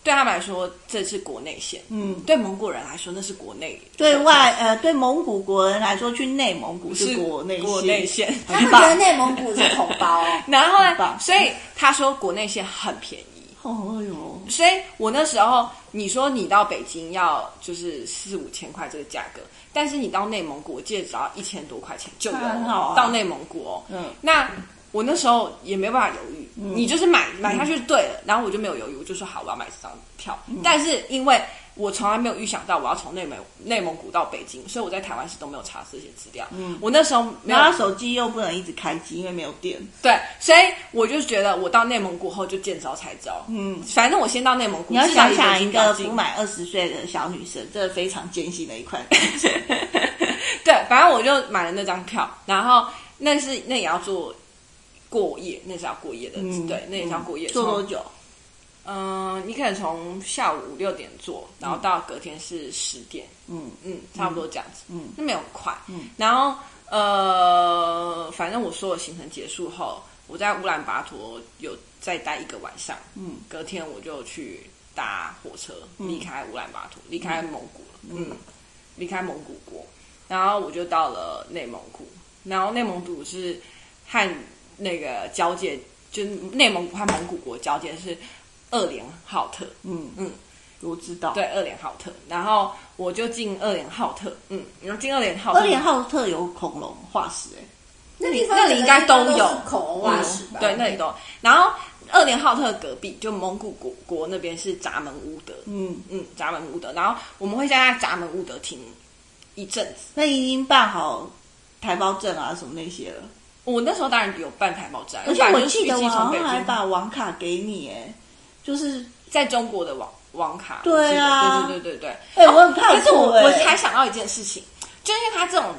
S2: 对他们来说这是国内线，
S1: 嗯，
S2: 对蒙古人来说那是国内，
S1: 对外呃，对蒙古国人来说，去内蒙古
S2: 是
S1: 国内
S2: 国内
S1: 线，
S2: 线。
S3: 他们觉得内蒙古是同胞哦，
S2: 然后
S1: 很
S2: 呢，
S1: 棒
S2: 所以他说国内线很便宜。
S1: 哦哟，
S2: 所以我那时候你说你到北京要就是四五千块这个价格，但是你到内蒙古，我记得只要一千多块钱就有
S1: 那很好啊
S2: 到内蒙古哦。
S1: 嗯，
S2: 那我那时候也没办法犹豫，你就是买买下去就对了，然后我就没有犹豫，我就说好，我要买这张票。
S1: 嗯
S2: 但是因为我从来没有预想到我要从内蒙内蒙古到北京，所以我在台湾是都没有查这些资料。嗯，我那时候没有
S1: 然后手机又不能一直开机，因为没有电。
S2: 对，所以我就觉得我到内蒙古后就见招拆招。
S1: 嗯
S2: 反正我先到内蒙古，
S1: 你要
S2: 至少
S1: 想
S2: 离北
S1: 想
S2: 京
S1: 一
S2: 比较
S1: 个
S2: 近
S1: 不满二十岁的小女生，这非常艰辛的一块。
S2: 对，反正我就买了那张票，然后那是那也要坐过夜，那是要过夜的，
S1: 嗯
S2: 对，那也是要过夜。
S1: 做多
S2: 从？
S1: 久？
S2: 嗯、你可能从下午五六点坐，然后到隔天是十点，
S1: 嗯
S2: 嗯，差不多这样子，
S1: 嗯，
S2: 那没有很快，
S1: 嗯，
S2: 然后呃，反正我所有行程结束后，我在乌兰巴托有再待一个晚上，嗯，隔天我就去搭火车离开乌兰巴托，离开蒙古了，嗯，离开蒙古国，然后我就到了内蒙古，然后内蒙古是和那个交界，就是内蒙古和蒙古国交界是二连浩特，
S1: 嗯
S2: 嗯，
S1: 我知道。
S2: 对，二连浩特，然后我就进二连浩特，嗯，然后进二连浩特，
S1: 二连浩特有恐龙化石、欸，
S3: 那
S2: 地方那里应该都有嗯
S3: 是恐龙化石吧？
S2: 对，那里都有。然后二连浩特隔壁就蒙古国国那边是闸门乌德，
S1: 嗯，
S2: 嗯，闸门乌德。然后我们会在那闸门乌德停一阵子。
S1: 那已经办好台胞证啊什么那些了，
S2: 我那时候当然有办台胞证，
S1: 而且
S2: 因
S1: 我
S2: 为本来就是
S1: 记得
S2: 预
S1: 我
S2: 计从
S1: 好
S2: 北
S1: 像还
S2: 京
S1: 把网卡给你、欸，哎，就是，
S2: 在中国的网网卡，
S1: 对
S2: 我记得
S1: 啊
S2: 对对对对对。
S1: 哎、我很怕、
S2: 可
S1: 欸。
S2: 是我我才想到一件事情，就是因为他这种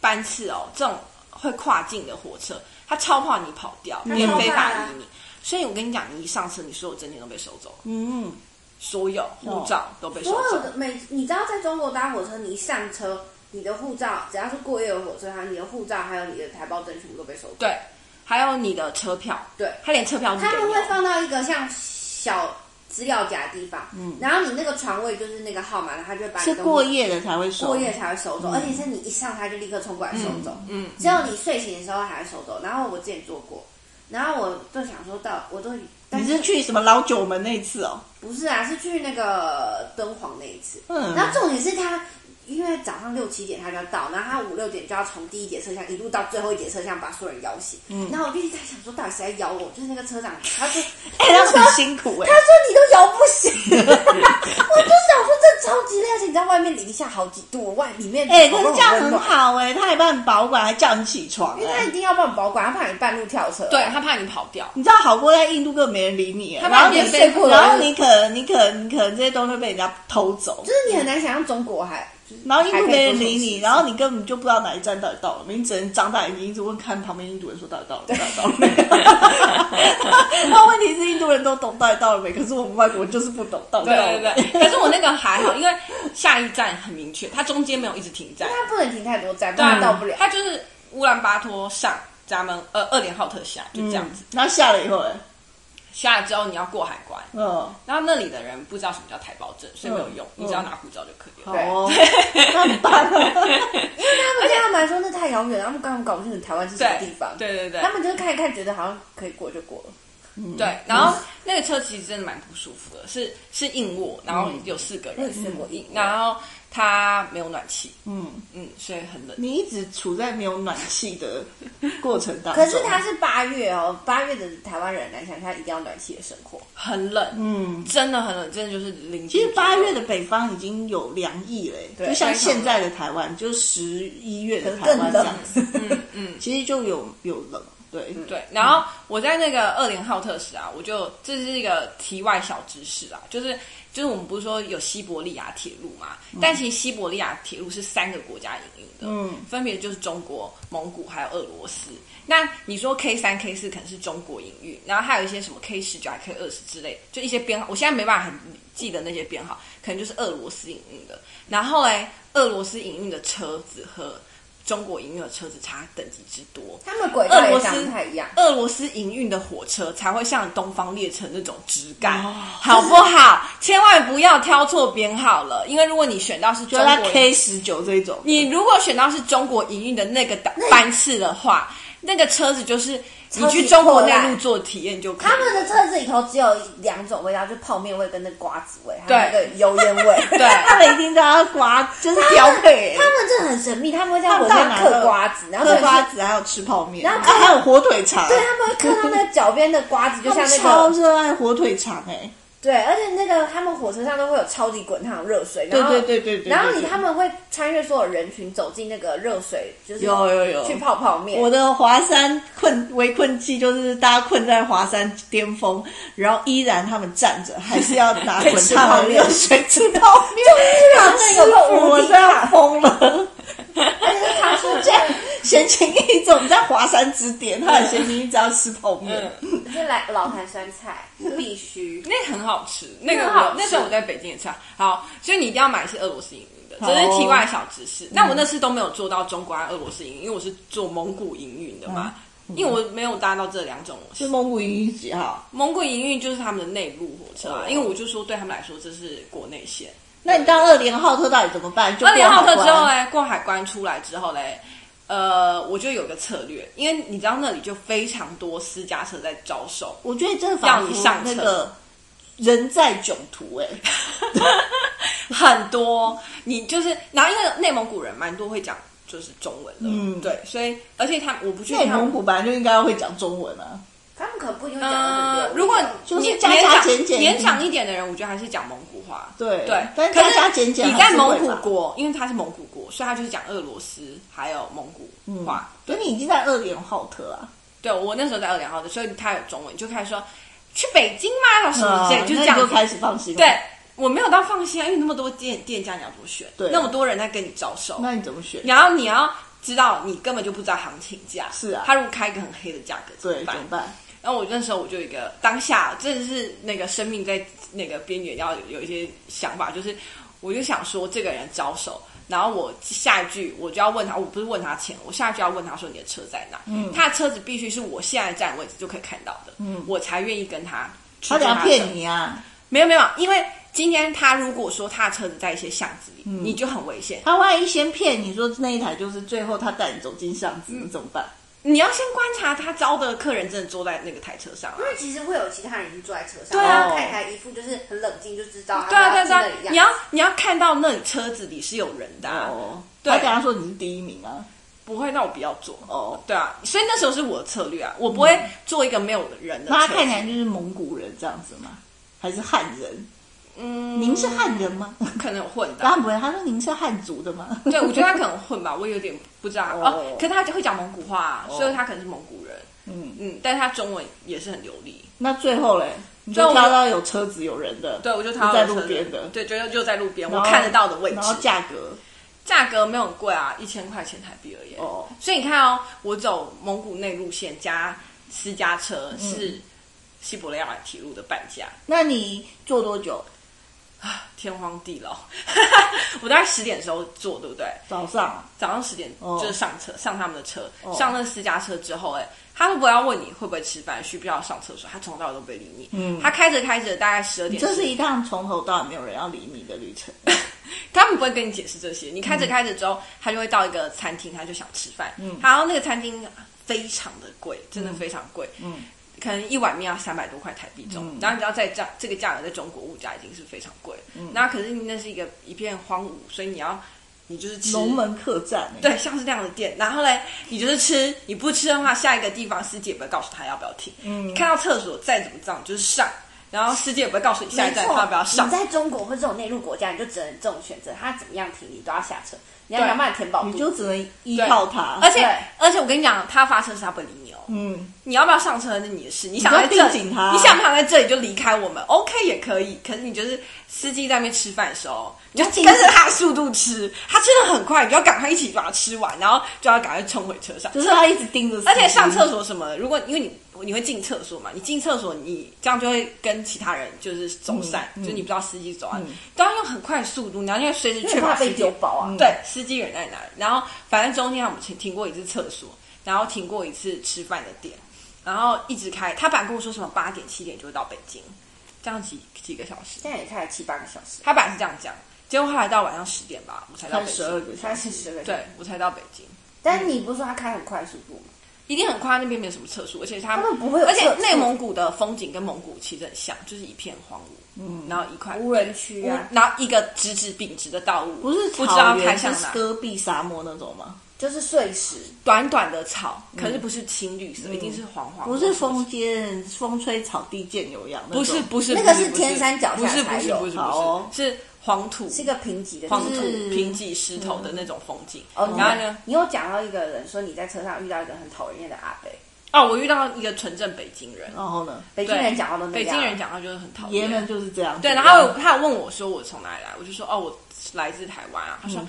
S2: 班次哦，这种会跨境的火车，他超怕你跑掉，
S1: 嗯
S2: 也
S1: 超怕
S2: 非法
S4: 啊
S2: 移民。所以我跟你讲，你一上车，你所有证件都被收走，
S1: 嗯，
S2: 所有护照都被收
S4: 所有
S2: 走。
S4: 的每，你知道在中国搭火车，你一上车，你的护照只要是过夜的火车，还有你的护照，还有你的台胞证，全部都被收走。
S2: 对，还有你的车票，
S4: 对
S2: 他连车票都
S4: 他
S2: 给
S4: 们
S2: 你
S4: 会
S2: 哦。
S4: 放到一个像小资料夹的地方，嗯，然后你那个床位就是那个号码，然后他就会把你
S1: 是
S4: 东西
S1: 过夜的才会收。
S4: 过嗯夜才会收走，而且是你一上他就立刻冲过来收走，
S2: 嗯，
S4: 只有你睡醒的时候还会收走。然后我之前做过，然后我就想说到，我都但
S1: 你是去什么老九门那一次哦？
S4: 不是啊？是去那个敦煌那一次，
S1: 嗯
S4: 然后重点是他。因为早上六七点他就要到，然后他五六点就要从第一节车厢一路到最后一节车厢把所有人摇醒。嗯，然后我就一直在想说，到底谁在摇我？就是那个车长，他就
S1: 哎、那很辛苦哎、
S4: 他说你都摇不醒， 我就想说这超级累，而且你知道外面零下好几度，外里面
S1: 哎、可是这样
S4: 温
S1: 很
S4: 暖
S1: 好哎、他还帮你保管，还叫你起床、
S4: 因为他一
S1: 哎，
S4: 定要帮你保管，他怕你半路跳车。
S2: 对，他怕你跑掉，
S1: 你知道好过在印度根本没人理你、哎
S2: 他
S1: 然
S2: 把
S1: 后
S2: 你
S1: 你
S2: 免费过
S1: 然
S2: 来
S1: 后你可能你可能你可能这些东西被人家偷走
S4: 就，是你很难想象中国还，就是
S1: 然后印
S4: 还
S1: 度
S4: 可以
S1: 没人
S4: 做这种
S1: 理
S4: 事
S1: 你，
S4: 情
S1: 然后你根本就不知道哪一站到底到了，你只能张大眼睛一直问看旁边印度人说到底 到了没，到底到了没。那问题是印度人都懂到底到了没，可是我们外国人就是不懂到底
S2: 对
S1: 到了
S2: 对
S1: 没。
S2: 对。对可是我那个还好，因为下一站很明确，它中间没有一直停
S1: 嗯
S2: 站，
S4: 他不能停太多站，不
S2: 对啊
S4: 然到不了。
S2: 它就是乌兰巴托上，咱们呃二连浩特下，就这样子。
S1: 然后嗯下了以后哎、
S2: 下了之后你要过海关，
S1: 嗯，
S2: 然后那里的人不知道什么叫台胞证，所以没有用，
S1: 嗯
S2: 你只要拿护照就可以
S1: 好
S2: 了。
S1: 哦，那很棒 啊。
S4: 他们对他们来说那太遥远了，他们根本搞不清楚台
S1: 嗯
S4: 湾是什么
S2: 对
S4: 地方。
S2: 对对对
S4: 他们就是看一看，觉得好像可以过就过了。
S2: 对，然后那个车其实真的蛮不舒服的，是是硬卧，然后有四个人，
S4: 嗯是我硬卧
S2: 然后它没有暖气，
S1: 嗯，
S2: 嗯，所以很冷。
S1: 你一直处在没有暖气的过程当中。
S4: 可是他是八月哦，八月的台湾人来想，他一定要暖气的生活。
S2: 很冷，
S1: 嗯，
S2: 真的很冷，真的就是零。
S1: 其实八月的北方已经有凉意了欸、
S4: 对
S1: 就像现在的台湾，就是十一月的台
S4: 更
S1: 湾
S4: 冷
S1: 这 样子，
S2: 嗯嗯，
S1: 其实就有有冷，对，
S2: 对。然后我在那个二零浩特时啊，我就这是一个题外小知识啊，就是就是我们不是说有西伯利亚铁路嘛，但其实西伯利亚铁路是三个国家营运的，
S1: 嗯
S2: 分别就是中国、蒙古还有俄罗斯。那你说 K 三、K 四可能是中国营运，然后还有一些什么 K 十九、K 二十之类，就一些编号，我现在没办法很记得那些编号，可能就是俄罗斯营运的。然后嘞，俄罗斯营运的车子和中国营运的车子差等级之多。
S4: 他们轨道
S2: 俄
S4: 也
S2: 罗
S4: 长得
S2: 斯
S4: 不太一样，
S2: 俄罗斯营运的火车才会像东方列车那种质感，好不好？千万不要挑错编号了，因为如果你选到是
S1: 就
S2: 中国
S1: 在
S2: 营运
S1: K 十九这一种，
S2: 你如果选到是中国营运的那个档班次的话，那个车子就是你去中国内陆做体验就可以了。
S4: 他们的车子里头只有两种味道，就是泡面味跟那瓜子味，还有那
S2: 对
S4: 个油 烟味。
S2: 对
S1: 他们一定都要刮，就是标配、
S4: 他
S1: 欸，
S4: 们真的很神秘，他们会在火车
S1: 他们到哪
S4: 上嗑
S1: 了
S4: 瓜子，然后
S1: 嗑
S4: 甚至
S1: 瓜子还有吃泡面，
S4: 然后
S1: 啊
S4: 看到
S1: 还有火腿肠，
S4: 对，他们会嗑到那个脚边的瓜子，就像那
S1: 啊超
S4: 个
S1: 热爱火腿肠哎、
S4: 对，而且那个他们火车上都会有超级滚烫的热水，然后
S1: 对对对对对对
S4: 然后你他们会穿越所有人群走进那个热水，就是
S1: 有有有
S4: 去泡泡面，
S1: 我的华山困围困期就是大家困在华山巅峰，然后依然他们站着，还是要 拿滚
S4: 吃
S1: 烫
S4: 泡
S1: 的
S4: 面
S1: 热水吃泡面，
S4: 就是让那个肉无
S1: 我
S4: 敌
S1: 真的疯了。
S4: 而且是糖
S1: 就
S4: 醋
S1: 这
S4: 酱
S1: 样，闲情逸致，我们在华山指点，他的闲情逸致要吃泡面。
S2: 嗯
S4: 就是来老坛酸菜 必须。
S2: 那个很好吃，那个
S4: 那个好
S2: 我
S4: 吃
S2: 那时候我在北京也吃啊。好，所以你一定要买是俄罗斯营运的，
S1: 好
S2: 这是题外小知识。那我那次都没有做到中国和俄罗斯营运，因为我是做蒙古营运的嘛。因为我没有搭到这两种
S1: 是蒙古营几号？
S2: 蒙古营运就是他们的内陆火车啊
S1: 哦，
S2: 因为我就说对他们来说这是国内线。
S1: 那你到二连号特到底怎么办？就
S2: 二零号特
S1: 过海
S2: 之后
S1: 关
S2: 嘞，过哎海关出来之后嘞，呃，我就有个策略，因为你知道那里就非常多私家车在招手，
S1: 我觉得这仿
S2: 要
S1: 佛
S2: 你上
S1: 那
S2: 车
S1: 个人在囧途哎、
S2: 很多。你就是，然后因为内蒙古人蛮多会讲就是中文的，
S1: 嗯
S2: 对，所以而且他我不确
S1: 内
S2: 定他
S1: 蒙
S2: 们。
S1: 古本来就应该会讲中文啊，
S4: 他们可能不一定会讲得很
S2: 呃
S4: 溜，
S2: 如果
S1: 就是
S2: 年
S1: 加加
S2: 年长
S1: 减减
S2: 年长一点的人，我觉得还是讲蒙古话。
S1: 对
S2: 对，
S1: 但
S2: 可
S1: 加
S2: 是
S1: 加减减
S2: 你
S1: 还
S2: 在
S1: 是
S2: 蒙
S1: 会
S2: 古
S1: 吧
S2: 国，因为他是蒙古国，所以他就是讲俄罗斯还有蒙古话。
S1: 可嗯是你已经在二连号特啊，
S2: 对我那时候在二两号的，所以他有中文，就开始说去北京吗？老师，嗯这
S1: 啊嗯那
S2: 就
S1: 你
S2: 是这样
S1: 就
S2: 子。
S1: 开始放心了。
S2: 对，我没有到放心啊，因为那么多店店家你要多选，
S1: 对
S2: 那么多人在跟你招手，
S1: 那你怎么选？
S2: 然后你要知道你根本就不知道行情价。
S1: 是啊
S2: 他如果开一个很黑的价格怎
S1: 对，
S2: 么
S1: 怎
S2: 办？
S1: 么办？
S2: 然后我那时候我就有一个当下，真的是那个生命在那个边缘，要有一些想法，就是我就想说这个人招手，然后我下一句我就要问他，我不是问他钱，我下一句要问他说你的车在哪？嗯，他的车子必须是我现在站的位置就可以看到的，嗯，我才愿意跟他去
S1: 他
S2: 坐
S1: 等
S2: 的
S1: 下
S2: 车
S1: 骗你啊，
S2: 没有没有，因为今天他如果说他的车子在一些巷子里，
S1: 嗯
S2: 你就很危险。
S1: 他万一先骗你说那一台就是，最后他带你走进巷子，你怎么办？
S2: 你要先观察他招的客人真的坐在那个台车上、啊
S4: 因。为其实会有其他人已经坐在车上，
S2: 对啊
S4: 然后看起来一副就是很冷静，就知道
S2: 对啊，
S4: 他
S2: 对啊，
S4: 们要
S2: 对啊
S4: 进的一
S2: 你
S4: 样。
S2: 要你要看到那里车子里是有人的、啊，
S1: 哦，
S2: 对
S1: 他等下说你是第一名啊，
S2: 不会，那我不要做。
S1: 哦，
S2: 对啊，所以那时候是我的策略啊，我不会做一个没有人的
S1: 那他
S2: 车。
S1: 看起来就是蒙古人这样子吗？还是汉人？
S2: 嗯，
S1: 您是汉人吗？
S2: 可能有混的
S1: 当
S2: 啊。
S1: 然不会，他说您是汉族的吗？
S2: 对，我觉得他可能混吧，我有点不知道
S1: 哦
S2: 哦。可是他会讲蒙古话啊，
S1: 哦
S2: 所以他可能是蒙古人。
S1: 嗯
S2: 嗯，但是他中文也是很流利。
S1: 那最后嘞，你
S2: 最
S1: 就
S2: 后
S1: 挑
S2: 我
S1: 到有车子有人的，
S2: 对，我就他
S1: 在路边的，
S2: 对，就就在路边，
S1: 然
S2: 我
S1: 后
S2: 看得到的位置
S1: 然。后价格
S2: 价格没有很贵啊，一千块钱台币而已。
S1: 哦，
S2: 所以你看哦，我走蒙古内陆线加私家车
S1: 嗯
S2: 是西伯利亚铁路的半价，
S1: 那你做多久？
S2: 天荒地老。 我大概十点的时候坐，对不对？
S1: 早上
S2: 早上十点
S1: 哦
S2: 就是上车，上他们的车，
S1: 哦
S2: 上那私家车之后，哎，他会不会要问你会不会吃饭，需不需要上厕所？他从头到尾都不会理你。
S1: 嗯
S2: 他开着开着，大概十二点，
S1: 这是一趟从头到尾没有人要理你的旅程。
S2: 他们不会跟你解释这些。你开着
S1: 嗯
S2: 开着之后，他就会到一个餐厅，他就想吃饭。嗯，然后那个餐厅非常的贵，真的非常贵。
S1: 嗯，
S2: 可能一碗面要三百多块台币重。
S1: 嗯
S2: 然后你知道在这这个价格，在中国物价已经是非常贵。嗯，那可是那是一个一片荒芜，所以你要你就是吃
S1: 龙。门客栈、欸，
S2: 对，像是那样的店，然后嘞，你就是吃，你不吃的话，下一个地方司机也不会告诉他要不要停。
S1: 嗯
S2: 你看到厕所再怎么脏，你就是上，然后司机也不会告诉你下
S4: 没
S2: 一站
S4: 错，
S2: 他要不要上
S4: 你。在中国或这种内陆国家，你就只能这种选择，他怎么样停你都要下车，
S2: 啊
S4: 你要想办法填饱肚
S1: 你
S4: 子。
S1: 就只能依靠它。
S2: 而且
S4: 对
S2: 而且我跟你讲，他发车时他不会理你哦，
S1: 嗯，
S2: 你要不要上车那你的事，你想在
S1: 你就
S2: 这
S1: 定
S2: 里，
S1: 紧他
S2: 你想不想在这里就离开我们？OK 也可以，可是你就是司机在那边吃饭的时候，你就跟着他的速度吃，他吃的很快，你就要赶快一起把它吃完，然后就要赶快冲回车上。
S1: 就是它一直盯着，
S2: 而且上厕，所什么，如果因为你你会进厕所嘛，你进厕所你这样就会跟其他人就是走散，
S1: 嗯嗯
S2: 就你不知道司机走啊，
S1: 嗯
S2: 都要用很快的速度，你要因为随时
S4: 因
S2: 确
S4: 为
S2: 保
S4: 怕
S2: 司
S4: 被
S2: 机
S4: 丢包啊
S1: 嗯，
S2: 对，司机人在哪里？然后反正中间我们停停过一次厕所，然后停过一次吃饭的点，然后一直开。他本来跟我说什么八点七点就会到北京，这样几几个小时。
S4: 现在也开了七八个小时，
S2: 他本来是这样讲，结果后来到晚上十点吧，我才到
S1: 它
S2: 北
S1: 十二
S2: 京。
S1: 个小
S4: 开
S1: 时，
S4: 始十个小时。
S2: 对，我才到北京，
S4: 但是
S2: 嗯
S4: 你不是说他开很快速度吗？
S2: 一定很快。那边没有什么厕所，而且他
S4: 他们不会有
S2: 而且
S4: 厕所
S2: 内蒙古的风景跟蒙古其实很像，就是一片荒芜，嗯，然后一块
S4: 无人区啊，
S2: 然后一个直直笔直的道路，
S1: 不是
S2: 不知道
S1: 草
S2: 开
S1: 原，
S2: 向
S1: 是
S2: 哪。
S1: 戈壁沙漠那种吗？
S4: 就是碎石，
S2: 短短的草，
S4: 嗯
S2: 可是不是青绿色，一定是黄黄的。
S1: 不是风间风吹草低见牛羊那种，
S2: 哦不是，不是，
S4: 那个
S2: 不
S4: 是天山脚下
S2: 不是不
S4: 才
S2: 是
S4: 有
S2: 不是
S1: 好哦
S2: 不是，是黄土，
S4: 是一个贫瘠的
S2: 黄
S4: 地
S2: 土
S4: 方
S1: 是
S2: 平瘠石头的那种风景。
S4: 哦，
S2: 然后呢，
S4: 你有讲到一个人说你在车上遇到一个很讨人厌的阿北，
S2: 哦，我遇到一个纯正北京人，
S1: 然后呢，
S4: 嗯北
S2: 北
S4: 京人讲话都那
S2: 北
S4: 样。
S2: 京人讲话就是很讨
S1: 爷
S2: 厌，
S1: 们就是这样。
S2: 对，然后他有问我说我从哪里来，我就说哦我来自台湾啊，他
S4: 嗯
S2: 说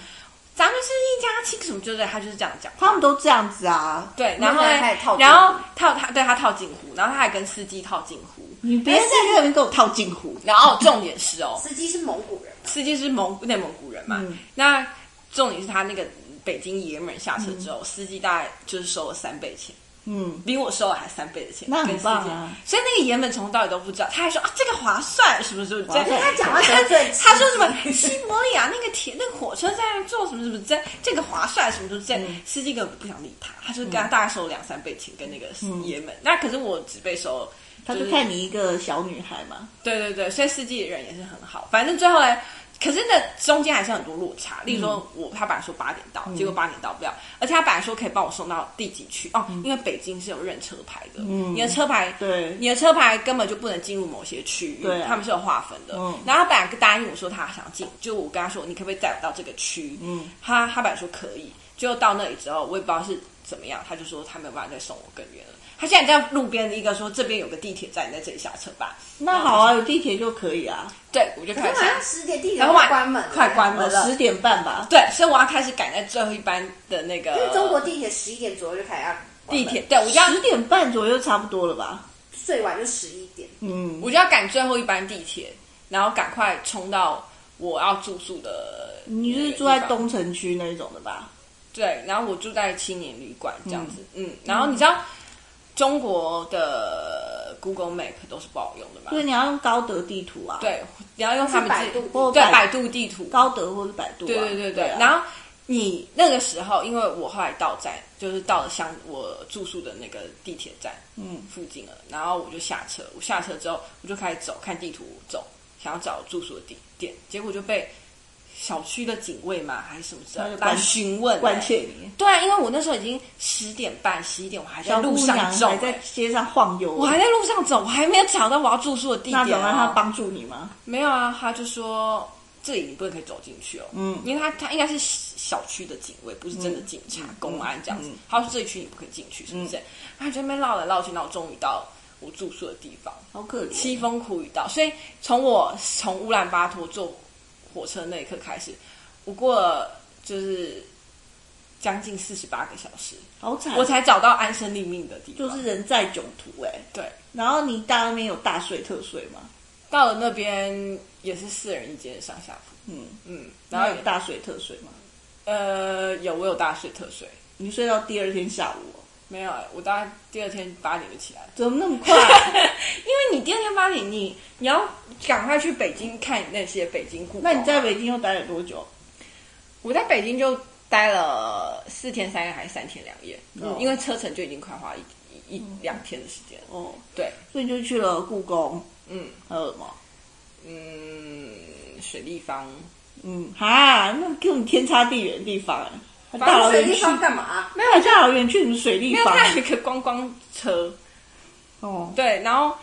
S2: 咱们是一家亲什么之类的，他就是这样讲话，
S1: 他们都这样子啊，
S2: 对，然后呢
S4: 那他还套近乎嗯
S2: 然后套他对他套近乎，然后他还跟司机套近乎，
S1: 你别在那边给我套近乎。
S2: 然后重点是哦，
S4: 司机是蒙古人，
S2: 司机是蒙内蒙古人嘛，
S1: 嗯
S2: 那重点是他那个北京爷们儿下车之后，司机大概就是收了三倍钱，
S1: 嗯，
S2: 比我收了还三倍的钱，
S1: 那很
S2: 跟时
S1: 棒
S2: 间
S1: 啊！
S2: 所以那个岩本从到底都不知道，他还说啊这个划算什么什么之类
S1: 划算
S2: 他
S4: 讲话得罪
S2: 他说什么西伯利亚那个铁那个火车站做什么什么之类，这个划算什么什么之类，
S1: 嗯
S2: 司机根本不想理他，他就跟他大概收了两三倍钱跟那个爷们，那可是我只被收了。
S1: 嗯他就是看你一个小女孩嘛，
S2: 对对对，所以司机人也是很好。反正最后呢，可是呢中间还是很多落差。例如说我，他本来说八点到，
S1: 嗯
S2: 结果八点到不了，而且他本来说可以帮我送到地级去哦，因为北京是有认车牌的，你的车牌
S1: 嗯对
S2: 你的车牌根本就不能进入某些区域，
S1: 对啊
S2: 他们是有划分的。
S1: 嗯
S2: 然后他本来答应我说他想进，就我跟他说你可不可以载我到这个区？
S1: 嗯，
S2: 他他本来说可以，就到那里之后我也不知道是怎么样，他就说他没有办法再送我更远了。他现在在路边一个说这边有个地铁站，你在这里下车吧。
S1: 那好啊，有地铁就可以啊，
S2: 对，我就
S4: 可
S2: 开始
S4: 是晚上十点地铁
S2: 然后
S4: 快
S2: 晚
S4: 关门了，
S2: 快关门了
S1: 十。点半吧，
S2: 对，所以我要开始赶在最后一班的那
S4: 啊因
S2: 个
S4: 为中国地铁十一点左右就开始要关
S2: 地
S4: 门
S2: 铁，，对我就要
S1: 十点半左右差不多了吧？
S4: 最晚就十一点。
S1: 嗯，
S2: 我就要赶最后一班地铁，然后赶快冲到我要住宿的。
S1: 你是住在？东城区那一种的吧？
S2: 对，然后我住在青年旅馆这样子，嗯然后你知道中国的 Google Map 都是不好用的嘛？
S1: 对，你要用高德地图啊，，
S2: 啊对，你要用他们自己
S4: 是百度
S1: 或
S2: 对
S1: 百
S2: 百度地图，
S1: 高德或是百度啊，
S2: 对对对对。
S1: 啊
S2: 然后你那个时候，因为我后来到站，就是到了香我住宿的那个地铁站，嗯，附近了。然后我就下车，我下车之后我就开始走，看地图走，想要找住宿的地点，结果就被小区的警卫嘛还是什么之
S1: 他
S2: 类
S1: 就
S2: 的来
S1: 关
S2: 询问、
S1: 关
S2: 欸
S1: 切你，
S2: 对啊，因为我那时候已经十点半、十一点，我还在
S1: 小姑
S2: 路
S1: 娘
S2: 上走、
S1: 还在街上晃悠，
S2: 我还在路上走，我还没有找到我要住宿的地点、
S1: 那
S2: 哦。
S1: 怎么让他帮助你吗？
S2: 没有啊，他就说这里你不能可以走进去哦，
S1: 嗯
S2: 因为他他应该是小区的警卫，不是真的警察、公安这样子
S1: 嗯。
S2: 他说这一区你不可以进去，是不是？然后就在那边绕来绕去，然后终于到我住宿的地方，
S1: 好可怜，
S2: 凄风苦雨到。所以从我从乌兰巴托坐火车那一刻开始，我过了就是将近四十八个小时，
S1: 好惨，
S2: 我才找到安身立命的地
S1: 嗯
S2: 方。
S1: 就是人在囧途哎、
S2: 对，
S1: 然后你到那边有大睡特睡吗？
S2: 到了那边也是四人一间的上下铺，
S1: 嗯，
S2: 嗯，
S1: 然
S2: 然
S1: 后
S2: 后
S1: 有
S2: 也
S1: 大睡特睡吗？
S2: 呃，有我有大睡特睡，
S1: 你睡到第二天下午哦、
S2: 没有欸，我大概第二天八点就起来了，
S1: 怎么那么 快？
S2: 因为你第二天八点你你要赶快去北京看那些北京故宫啊。
S1: 那你在北京又待了多久？
S2: 我在北京就待了四天三夜还是三天两夜，
S1: 哦
S2: 因为车程就已经快花一一一两天的时间了。
S1: 哦，
S2: 对，
S1: 所以你就去了故宫，
S2: 嗯
S1: 还有什么？
S2: 嗯，水立方，
S1: 嗯，哈，那跟我们天差地远的地方、欸，还大
S4: 那
S1: 老
S4: 这个
S1: 远
S4: 地
S1: 去，
S4: 方干嘛？
S1: 没有大老远去什么水立
S2: 没有
S1: 方？啊
S2: 它有一个观光车，
S1: 哦，
S2: 对，然后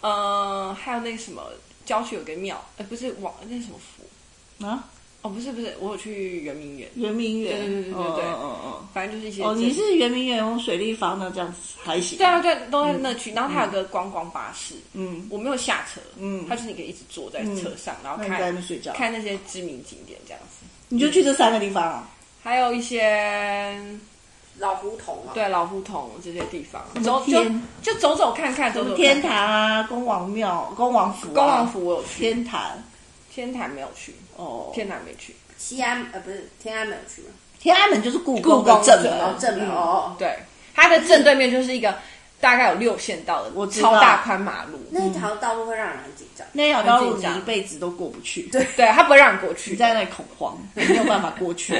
S2: 呃还有那什么郊区有个庙，呃不是往那什么府，
S1: 啊，
S2: 哦不是不是，我有去圆明园。
S1: 圆明园，
S2: 对对对对对
S1: 哦
S2: 对
S1: 哦
S2: 反正就是一些
S1: 哦哦，
S2: 这
S1: 你是圆明园用水立方呢，这样子还行。
S2: 对啊，对啊，都在那区。然后它有个观光巴士，
S1: 嗯，
S2: 我没有下车，
S1: 嗯
S2: 它就是你可以一直坐在车上，然后
S1: 那你在那边
S2: 看
S1: 睡觉，
S2: 看那些知名景点这样子，
S1: 你就去这三个地方啊？
S2: 还有一些
S4: 老胡同啊，
S2: 对老胡同这些地方，
S1: 么
S2: 走就
S1: 天
S2: 就走走看看，走走看
S1: 天。坛啊，恭王庙、恭王府、啊
S2: 恭王、府我有去，
S1: 天坛，
S2: 天坛没有去，
S1: 哦，
S2: 天坛没去。
S4: 西安呃不是天安门有去吗？
S1: 天安门就是故
S2: 宫
S1: 的正
S2: 正
S1: 门
S4: 哦，，正门哦，
S2: 对，它的正对面就是一个大概有六线道的
S1: 我知道
S2: 超大宽马路，
S4: 那一条道路会让人很紧张。
S1: 那条道路
S2: 很
S1: 你
S2: 紧张
S1: 一辈子都过不去，
S4: 对
S2: 对，它不会让你过去
S1: 你。在那里恐慌，你没有办法过 去，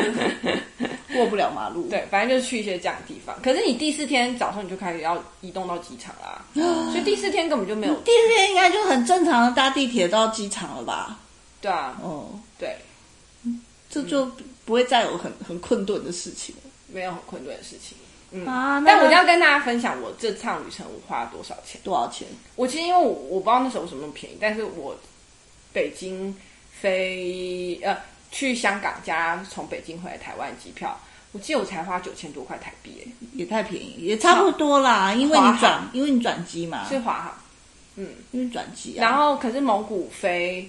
S1: 过不了马路。，
S2: 对，反正就去一些这样的地方。可是你第四天早上你就开始要移动到机场 啦，所以第四天根本就没有。
S1: 第四天应该就很正常的搭地铁到机场了吧？
S2: 对啊，
S1: 哦，
S2: 对，
S1: 这就
S2: 嗯
S1: 不会再有很很困顿的事情了
S2: 没有很困顿的事情。嗯
S1: 啊。
S2: 但我一定
S1: 要
S2: 要跟大家分享，我这趟旅程我花了多少钱。
S1: 多少钱？
S2: 我其实因为我我不知道那时候什么便宜，但是我北京飞呃去香港加从北京回来台湾机票，我记得我才花九千多块台币、欸，
S1: 也太便宜，也差不多啦，因为
S2: 华
S1: 你
S2: 航
S1: 转，因为你转机嘛，
S2: 是华航。
S1: 因为转机啊。
S2: 然后可是蒙古飞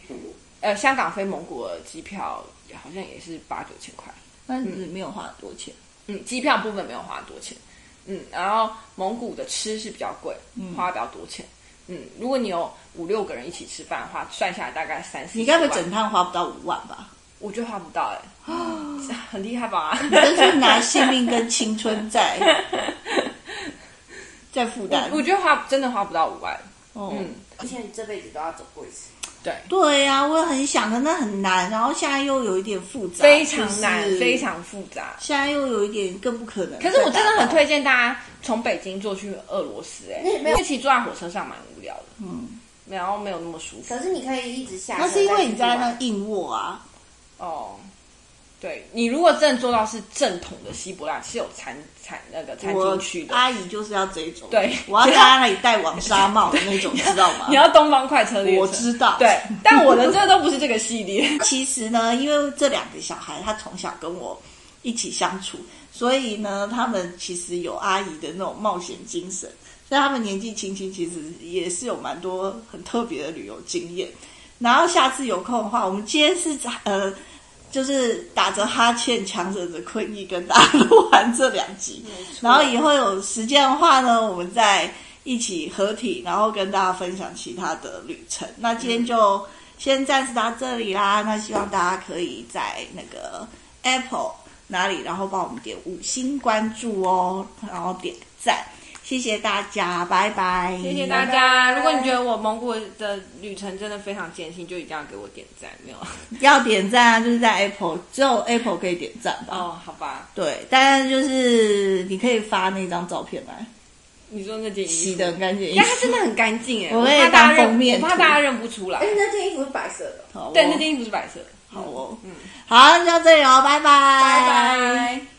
S2: 呃香港飞蒙古的机票好像也是八九千块。
S1: 但是没有花很多钱，
S2: 嗯，机票部分没有花多钱，嗯，然后蒙古的吃是比较贵，花比较多钱，嗯，如果你有五六个人一起吃饭的话，算下来大概三四十万，
S1: 你该不会整趟花不到五万吧？
S2: 我觉得花不到 哎、欸，很厉害吧？
S1: 真是拿性命跟青春在。再负担
S2: 我。我觉得花真的花不到五万，
S1: 哦
S2: 嗯，
S4: 而且你这辈子都要走过一次。
S2: 对，
S1: 对呀、我也很想，可那很难，然后现在又有一点复杂，
S2: 非常难
S1: 就是，
S2: 非。常复杂。
S1: 现在又有一点更不可能。
S2: 可是我真的很，推荐大家从北京坐去俄罗斯、哎，因为其实坐在火车上蛮无聊的，
S1: 嗯，
S2: 然后没有那么舒服。
S4: 可是你可以一直下车。
S1: 那是因为你在那
S4: 再去玩
S1: 硬卧啊，
S2: 哦，对你如果真的做到是正统的西伯纳，是有餐餐那个餐
S1: 我啊
S2: 厅区的，
S1: 阿姨就是要这种，
S2: 对
S1: 我要在她那里戴网纱帽的那 种，知道吗
S2: 你？要东方快车列车，
S1: 我知道
S2: 对，但我的这都不是这个 系列。
S1: 其实呢，因为这两个小孩他从小跟我一起相处，所以呢，他们其实有阿姨的那种冒险精神，所以他们年纪轻轻，其实也是有蛮多很特别的旅游经验。然后下次有空的话，我们今天是呃，就是打着哈欠，强忍着困意跟大家 录完这两集，然后以后有时间的话呢，我们再一起合体，然后跟大家分享其他的旅程。那今天就先暂时到这里啦。那希望大家可以在那个 Apple 哪里，然后帮我们点五星关注哦，然后点个赞，谢谢大家，拜拜，
S2: 谢谢大家。如果你觉得我蒙古的旅程真的非常艰辛，就一定要给我点赞，没有？
S1: 要点赞啊，就是在 Apple，只有 Apple 可以点赞吧。
S2: 哦，好吧，
S1: 对，但就是你可以发那张照片来，
S2: 你说那件衣服
S1: 洗的很干净的衣
S2: 但它
S1: 服。
S2: 真的很干净哎，
S1: 我会
S2: 怕大家
S1: 当
S2: 认
S1: 封面
S2: 我怕
S1: 图
S2: 大家认不出来
S4: 哎，。那件衣服是白色的。
S1: 好哦
S2: 对，那件衣服是白色的。
S1: 好哦，好，那就到这里哦，拜拜，
S2: 拜拜。